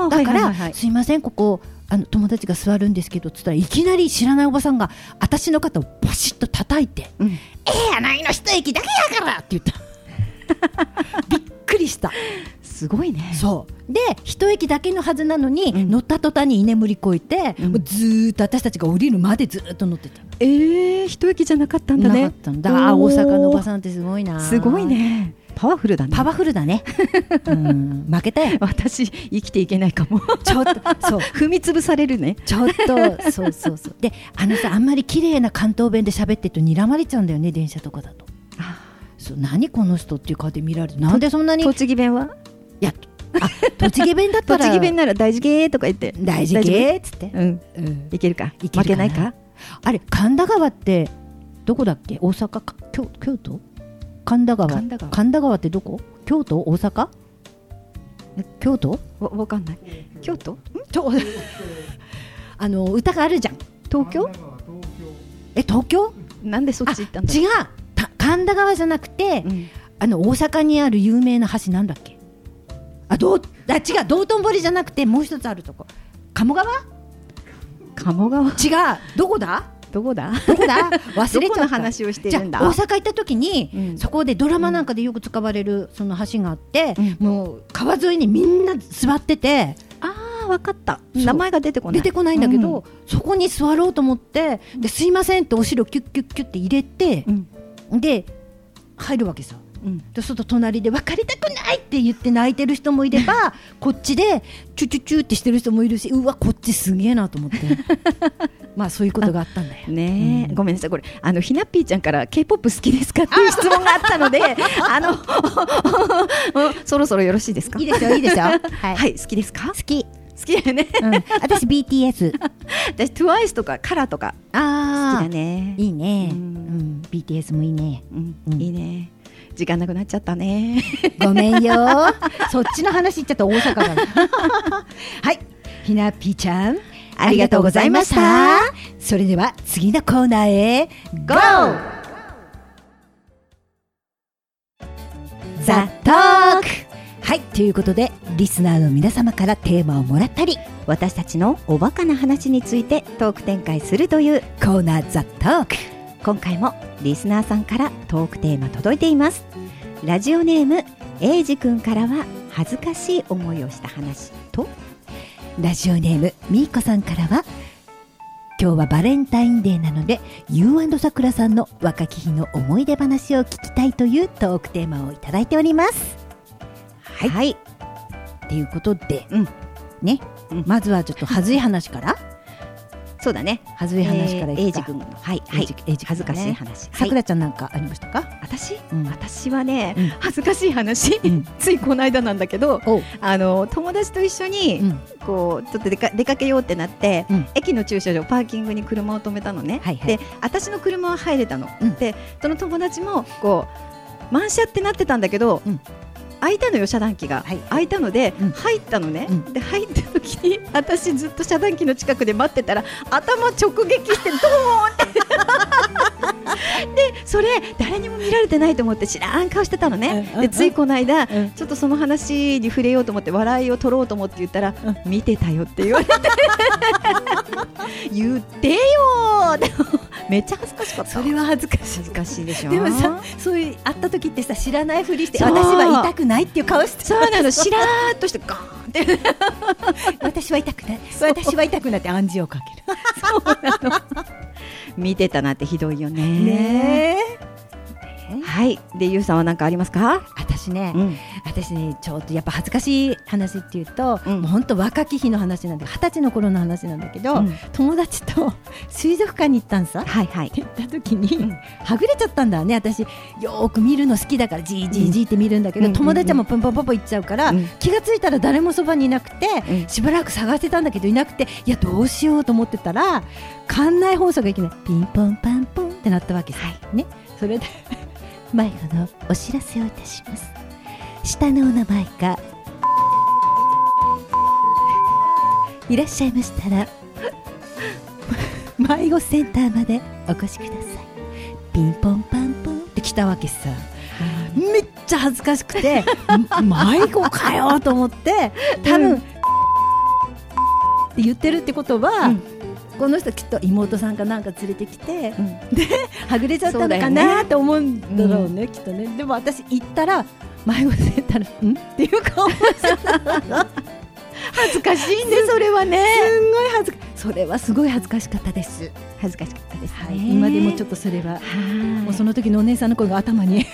S4: ああ
S3: だから、
S4: はいはいはいはい
S3: すいませんここあの友達が座るんですけど」っつったらいきなり知らないおばさんが私の肩をバシッと叩いて「
S4: うん
S3: ええやないの一駅だけやから!」って言った びっくりした
S4: すごいね
S3: そうで一駅だけのはずなのに、
S4: うん
S3: 乗った途端に居眠りこいて、
S4: うん
S3: もうずーっと私たちが降りるまでずーっと乗ってた
S4: ええ一息じゃなかったんだ
S3: なか
S4: ね
S3: ったんだあー
S4: お
S3: 大
S4: ー
S3: 阪のおばさんってすごいな
S4: すごいねパワフルだね
S3: パワフルだねうん負けたよ
S4: 私生きていけないかも
S3: ちょっとそう
S4: 踏み潰されるね
S3: ちょっとそうそうそうであのさあんまり綺麗な関東弁で喋ってると睨まれちゃうんだよね電車とかだとそう何この人っていう顔で見られてなんでそんなに
S4: 栃木弁は
S3: 栃木弁だったら
S4: 栃木弁なら大事ゲーとか言って
S3: 大事系っつって
S4: 大、丈夫うん
S3: うん
S4: いけるか
S3: いけるかな
S4: 負けないか
S3: あれ神田川ってどこだっけ大阪か京京都神田川
S4: 神田川
S3: ってどこ京都大阪え京都
S4: わわかんない京都
S3: ち ょあの歌があるじゃん
S4: 東京
S3: え東京
S4: なんでそっち行ったんだ
S3: 違うた神田川じゃなくて、
S4: うん
S3: あの大阪にある有名な橋なんだっけあどうあ違う道頓堀じゃなくてもう一つあるとこ鴨川
S4: 鴨川
S3: 違うどこだ
S4: どこだ
S3: どこ だ忘れ
S4: ど
S3: ちゃ
S4: この
S3: った
S4: 話をして
S3: じゃ
S4: る
S3: あ
S4: ん
S3: 大
S4: だ
S3: 阪行った時に、
S4: うん
S3: そこでドラマなんかでよく使われるその橋があって、
S4: うん
S3: もう川沿いにみんな座ってて
S4: ああわかった
S3: そう
S4: 名前が出てこな
S3: 出
S4: い
S3: てこないんだけど、そこに座ろうと思ってですいませんってお尻をキュッキュッキュッって入れて
S4: う、ん
S3: で入るわけさ
S4: うん
S3: で外隣で別れたくないって言って泣いてる人もいれ ばこっちでチュチュチュってしてる人もいるしうわこっちすげえなと思 ってまあそういうことがあったんだよ。
S4: ねえ、
S3: うん
S4: ごめんなさいこれあのひなっぴーちゃんから K-POP 好きですかっていう質問があったの であのそろそろよろしいですか
S3: いいですよいいですよ。は
S4: はい、
S3: い、
S4: 好きですか好
S3: 好き、
S4: きだよ ね
S3: うん、 私 BTS
S4: 私 TWICE とかカラーとか好
S3: あ
S4: きだね
S3: いいね、う
S4: うんん
S3: BTS もいいね
S4: うん
S3: うん
S4: いいね時間なくなっちゃったね
S3: ごめんよ そっちの話言っちゃった大阪だ はいひなぴーちゃんありがとうございましたそれでは次のコーナーへ GO! ザ・トークはいということでリスナーの皆様からテーマをもらったり
S4: 私たちのおバカな話についてトーク展開するという
S3: コーナーザ・トーク
S4: 今回もリスナーさんからトークテーマ届いていますラジオネームエイジくんからは恥ずかしい思いをした話と
S3: ラジオネームみーこさんからは今日はバレンタインデーなので U& さくらさんの若き日の思い出話を聞きたいというトークテーマをいただいております。はい、ということで、
S4: うん
S3: ね、
S4: うん
S3: まずはちょっと恥ずい話から
S4: そうだね。
S3: はずい話からいくか
S4: えーエイジ君のはい
S3: エ
S4: は
S3: イ
S4: い
S3: ジエイジ君ね
S4: 恥ずかしい話。
S3: さく
S4: はい
S3: らちゃんなんかありましたか、
S4: 私、
S3: うん
S4: 私はね、
S3: うん
S4: 恥ずかしい話、
S3: ん
S4: ついこの間なんだけど、
S3: おう
S4: あの友達と一緒に、
S3: うん
S4: こうちょっと出か出かけようってなって、
S3: うん
S4: 駅の駐車場パーキングに車を止めたのね、
S3: はいはい
S4: で私の車は入れたの、
S3: うん
S4: でその友達もこう満車ってなってたんだけど、
S3: うん
S4: 開いたのよ遮断機が、
S3: はい
S4: 開いたので、
S3: うん
S4: 入ったのね、
S3: うん
S4: で入った時に私ずっと遮断機の近くで待ってたら頭直撃してドーン ってでそれ誰にも見られてないと思って知らん顔してたのね、
S3: うんうんう
S4: で
S3: ん
S4: ついこの間、
S3: ん
S4: ちょっとその話に触れようと思って笑いを取ろうと思って言ったら、見てたよって言われて 言ってよ ーってめっちゃ恥ずかしかった
S3: それは恥ずかしい
S4: 恥ずかしいでしょ
S3: でもさそういう会った時ってさ知らないふりして
S4: そう
S3: 私は痛くないっていう顔 して
S4: そうなのしらーっとしてガーンって
S3: 私は痛くない私は痛くないって暗示をかける
S4: 見てたなってひどいよね
S3: ね
S4: はいでゆうさんは何かありますか、
S3: 私ね、
S4: ん、
S3: 私ねちょっとやっぱ恥ずかしい話っていうと、
S4: うん
S3: もう本当若き日の話なんで二十歳の頃の話なんだけど、
S4: うん
S3: 友達と水族館に行ったんさ。
S4: はいはい
S3: って言った時に、はぐれちゃったんだね私よーく見るの好きだからじーじーじーって見るんだけど、
S4: うん
S3: 友達はもうプンポンポンポン行っちゃうから、
S4: うん
S3: 気がついたら誰もそばにいなくて、
S4: うん
S3: しばらく探してたんだけどいなくていやどうしようと思ってたら館内放送がいきなりピンポンパンポンってなったわけさ、ねそれで 迷子のお知らせをいたします下のお名前がいらっしゃいましたら 迷子センターまでお越しくださいピンポンパンポンって来たわけさめっちゃ恥ずかしくて 迷子かよと思って多分、
S4: う
S3: って言ってるってことは、
S4: うん
S3: この人きっと妹さんかなんか連れてきて、
S4: うん
S3: ではぐれちゃったのか
S4: そうだ
S3: な
S4: よ
S3: と思うんだろうねきっとねでも私行ったら迷子センターのんっていう顔
S4: 恥ずかしいねそれはね
S3: すんごい恥ずかそれはすごい恥ずかしかったです、
S4: 恥ずかしかったですね、
S3: はい、今でもちょっとそれは、
S4: はい
S3: もうその時のお姉さんの声が頭に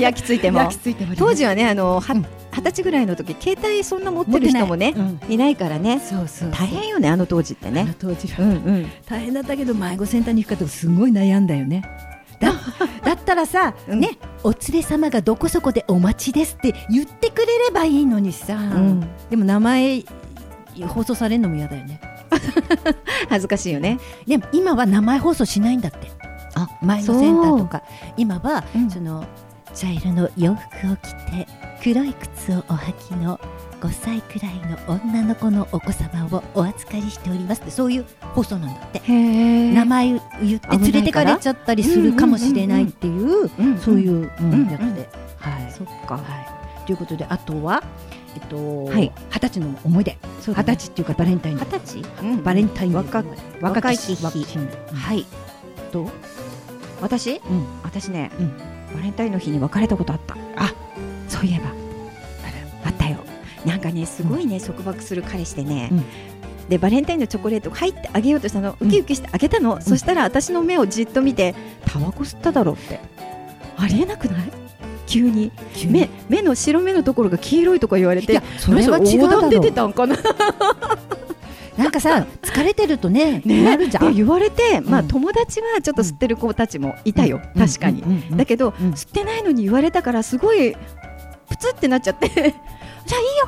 S4: 焼き付いても
S3: 焼き付いております
S4: 当時はねあのは
S3: うん
S4: 二十、歳ぐらいの時携帯そんな持っ
S3: 持
S4: てる人もね
S3: てないうん
S4: いないからね
S3: そうそうそう
S4: 大変よねあの当時って
S3: あの
S4: ね
S3: 当時は、
S4: うんうん
S3: 大変だったけど迷子センターに行くかとすごい悩んだよね だだったらさ、
S4: うん
S3: ねお連れ様がどこそこでお待ちですって言ってくれればいいのにさ、
S4: ん
S3: でも名前放送されるのも嫌だよね
S4: 恥ずかしいよね
S3: でも今は名前放送しないんだってあ迷子センターとか今は、
S4: うん
S3: その茶色の洋服を着て黒い靴をお履きの5歳くらいの女の子のお子様をお預かりしておりますってそういう放送なんだって
S4: へえ
S3: 名前言って連れてかれちゃったりするかもしれないっていう
S4: うん
S3: そういう
S4: うん
S3: やつで。はい
S4: そっか
S3: はいということであとはえっと
S4: はい
S3: 二十歳の思い出
S4: そう
S3: 二
S4: だ
S3: 十歳っ
S4: ね
S3: ていうかバレンタインデー
S4: 歳うん
S3: バレンタインデー
S4: 若
S3: 若
S4: 若
S3: き日
S4: き日
S3: 若き日
S4: はい
S3: どう
S4: 私
S3: うん
S4: 私ね
S3: うん
S4: バレンタインの日に別れたことあったあそういえばあったよなんかねすごいね束縛する彼氏でね
S3: うん
S4: でバレンタインのチョコレート入ってあげようとしたのウキウキしてあげたのそしたら私の目をじっと見てタバコ吸っただろうってありえなくない急に目目の白目のところが黄色いとか言われ
S3: い
S4: て
S3: やそれは違うだろう
S4: なんか黄疸出てたんかな
S3: なんかさ疲れてるとね
S4: ね
S3: なるじゃ
S4: って
S3: ん
S4: 言われて、まあ、
S3: うん
S4: 友達はちょっと吸ってる子たちもいたよ、確かに、
S3: うんうんうん
S4: だけど、
S3: うん
S4: 吸ってないのに言われたからすごいプツってなっちゃって じゃあいい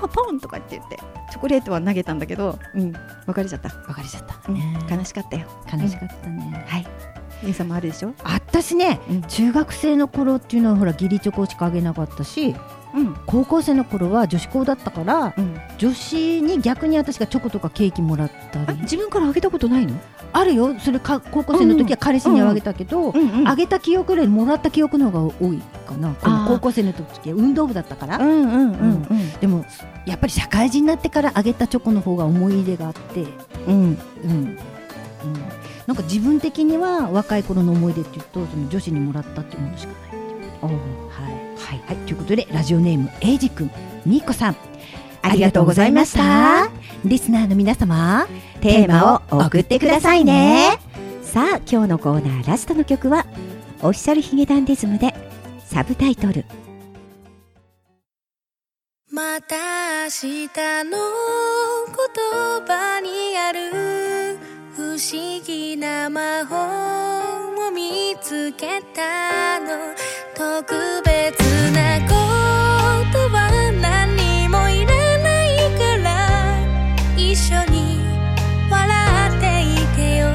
S4: よポンとかって言ってチョコレートは投げたんだけど、うん、別れちゃった、
S3: 別れちゃった
S4: うん
S3: ね
S4: 悲しかったよ
S3: 悲しかったね
S4: はい姉さんもあるでしょ
S3: 私ね
S4: うん
S3: 中学生の頃っていうのはほら義理チョコしかあげなかったし
S4: うん
S3: 高校生の頃は女子校だったから
S4: うん、
S3: 女子に逆に私がチョコとかケーキもらった
S4: あ
S3: り
S4: 自分からあげたことないの、
S3: あるよそれか高校生の時は彼氏にはあげたけど、
S4: ん
S3: あげた記憶よりもらった記憶の方が多いかなこの
S4: あー
S3: 高校生の時は運動部だったから、
S4: うんうんうん
S3: でもやっぱり社会人になってからあげたチョコの方が思い入れがあって、
S4: うんうん
S3: うんうん、なんか自分的には若い頃の思い出っていうとその女子にもらったっていうものしかない
S4: おう
S3: はい、はいということでラジオネームエイジ君みーこさん
S4: ありがとうございました
S3: リスナーの皆様
S4: テーマを送ってくださいねさあ今日のコーナーラストの曲はオフィシャルヒゲダンディズムでサブタイトル
S7: また明日の言葉にある不思議な魔法を見つけたの特別なことは何もいらないから一緒に笑っていてよ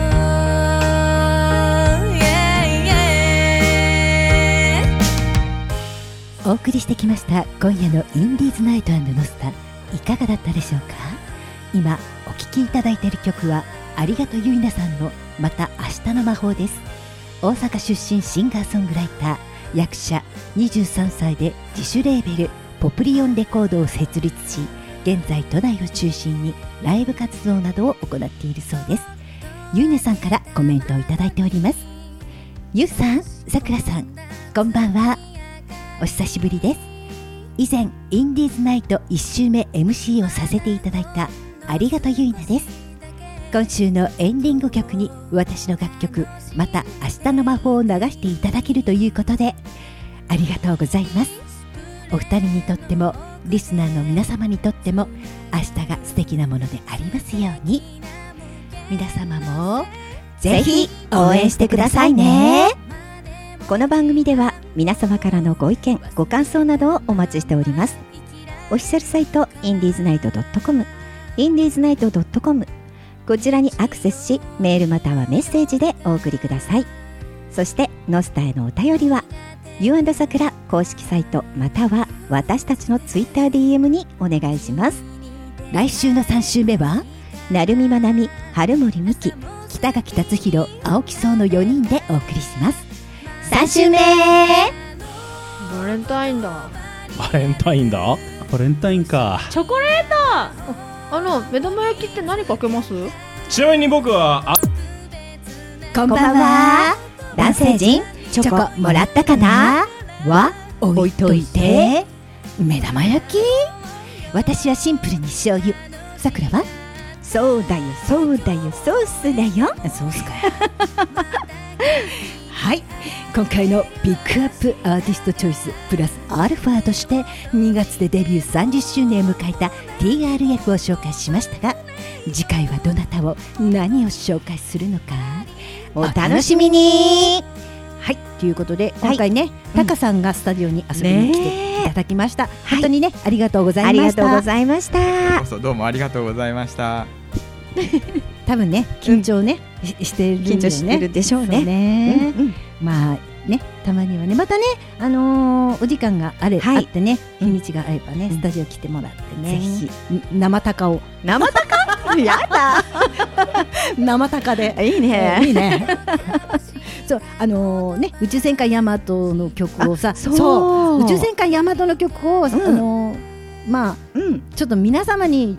S7: Yeah, yeah
S3: お送りしてきました今夜のインディーズナイトノスタいかがだったでしょうか今お聴きいただいている曲はありがとうゆいなさんのまた明日の魔法です大阪出身シンガーソングライター役者23歳で自主レーベルポプリオンレコードを設立し現在都内を中心にライブ活動などを行っているそうですゆいなさんからコメントをいただいておりますゆうさんさくらさんこんばんはお久しぶりです以前インディーズナイト1週目 MC をさせていただいたありがとうゆいなです今週のエンディング曲に私の楽曲また明日の魔法を流していただけるということでありがとうございますお二人にとってもリスナーの皆様にとっても明日が素敵なものでありますように皆様もぜひ応援してくださいね
S4: この番組では皆様からのご意見ご感想などをお待ちしておりますオフィシャルサイト indiesnight.com indiesnight.com こちらにアクセスしメールまたはメッセージでお送りくださいそしてノスタへのお便りは You さくら公式サイトまたは私たちの TwitterDM にお願いします
S3: 来週の3週目は
S4: なるみまなみ春森美希
S3: 北垣達弘青木荘の4人でお送りします
S4: 3週目
S8: バレンタインだ
S9: バレンタインだバレンタインか
S8: チョコレートあの目玉焼きって何かけます
S9: ちなみに僕はあ
S3: こん
S4: こんばんは男性陣チョコもらったかな
S3: は置いといて目玉焼き私はシンプルに醤油さくらは
S4: そうだよそうだよソースだよ
S3: そうすかはい今回のピックアップアーティストチョイスプラスアルファとして2月でデビュー30周年を迎えた TRF を紹介しましたが次回はどなたを何を紹介するのか
S4: お楽しみに
S3: はいということで
S4: はい
S3: 今回ね、タカさんがスタジオに遊びに来ていただきました、本当にねありがとうござ
S4: あ
S3: い
S4: り
S3: ま
S4: が
S3: した
S4: とうございました
S5: こそどうもありがとうございました
S3: 多分ね緊張ね、ししてるんだよ
S4: 緊張してるでしょう
S3: そう
S4: ね
S3: ね、
S4: うんうん
S3: まあねたまにはねまたねあのーお時間があれ、
S4: はい
S3: あってね日にちがあればね、スタジオ来てもらってね、
S4: ぜひ
S3: ん生高を
S4: 生 高やだ
S3: 生高で
S4: いいね
S3: いいね そうあのーね宇宙戦艦ヤマトの曲をさ
S4: そう
S3: 宇宙戦艦ヤマトの曲を、あのーまあ
S4: うん
S3: ちょっと皆様に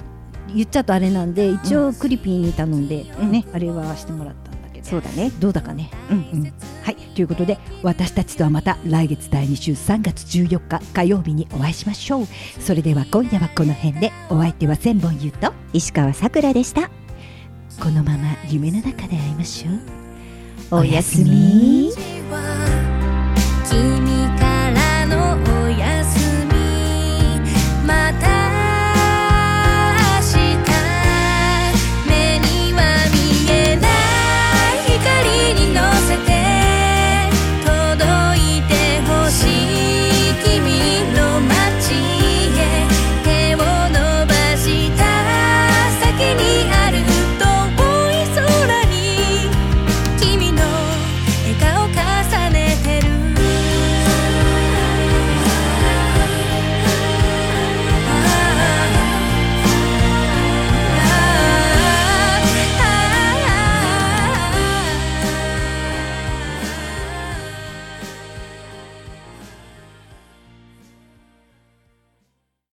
S3: 言っちゃうとあれなんで一応クリピーに頼んで、
S4: うん
S3: ねあれはしてもらったんだけど
S4: そうだね
S3: どうだかね
S4: うん
S3: うんはいということで私たちとはまた来月第2週3月14日火曜日にお会いしましょうそれでは今夜はこの辺でお相手は千本優と
S4: 石川さくらでした
S3: このまま夢の中で会いましょう
S4: おやすみ
S7: 「君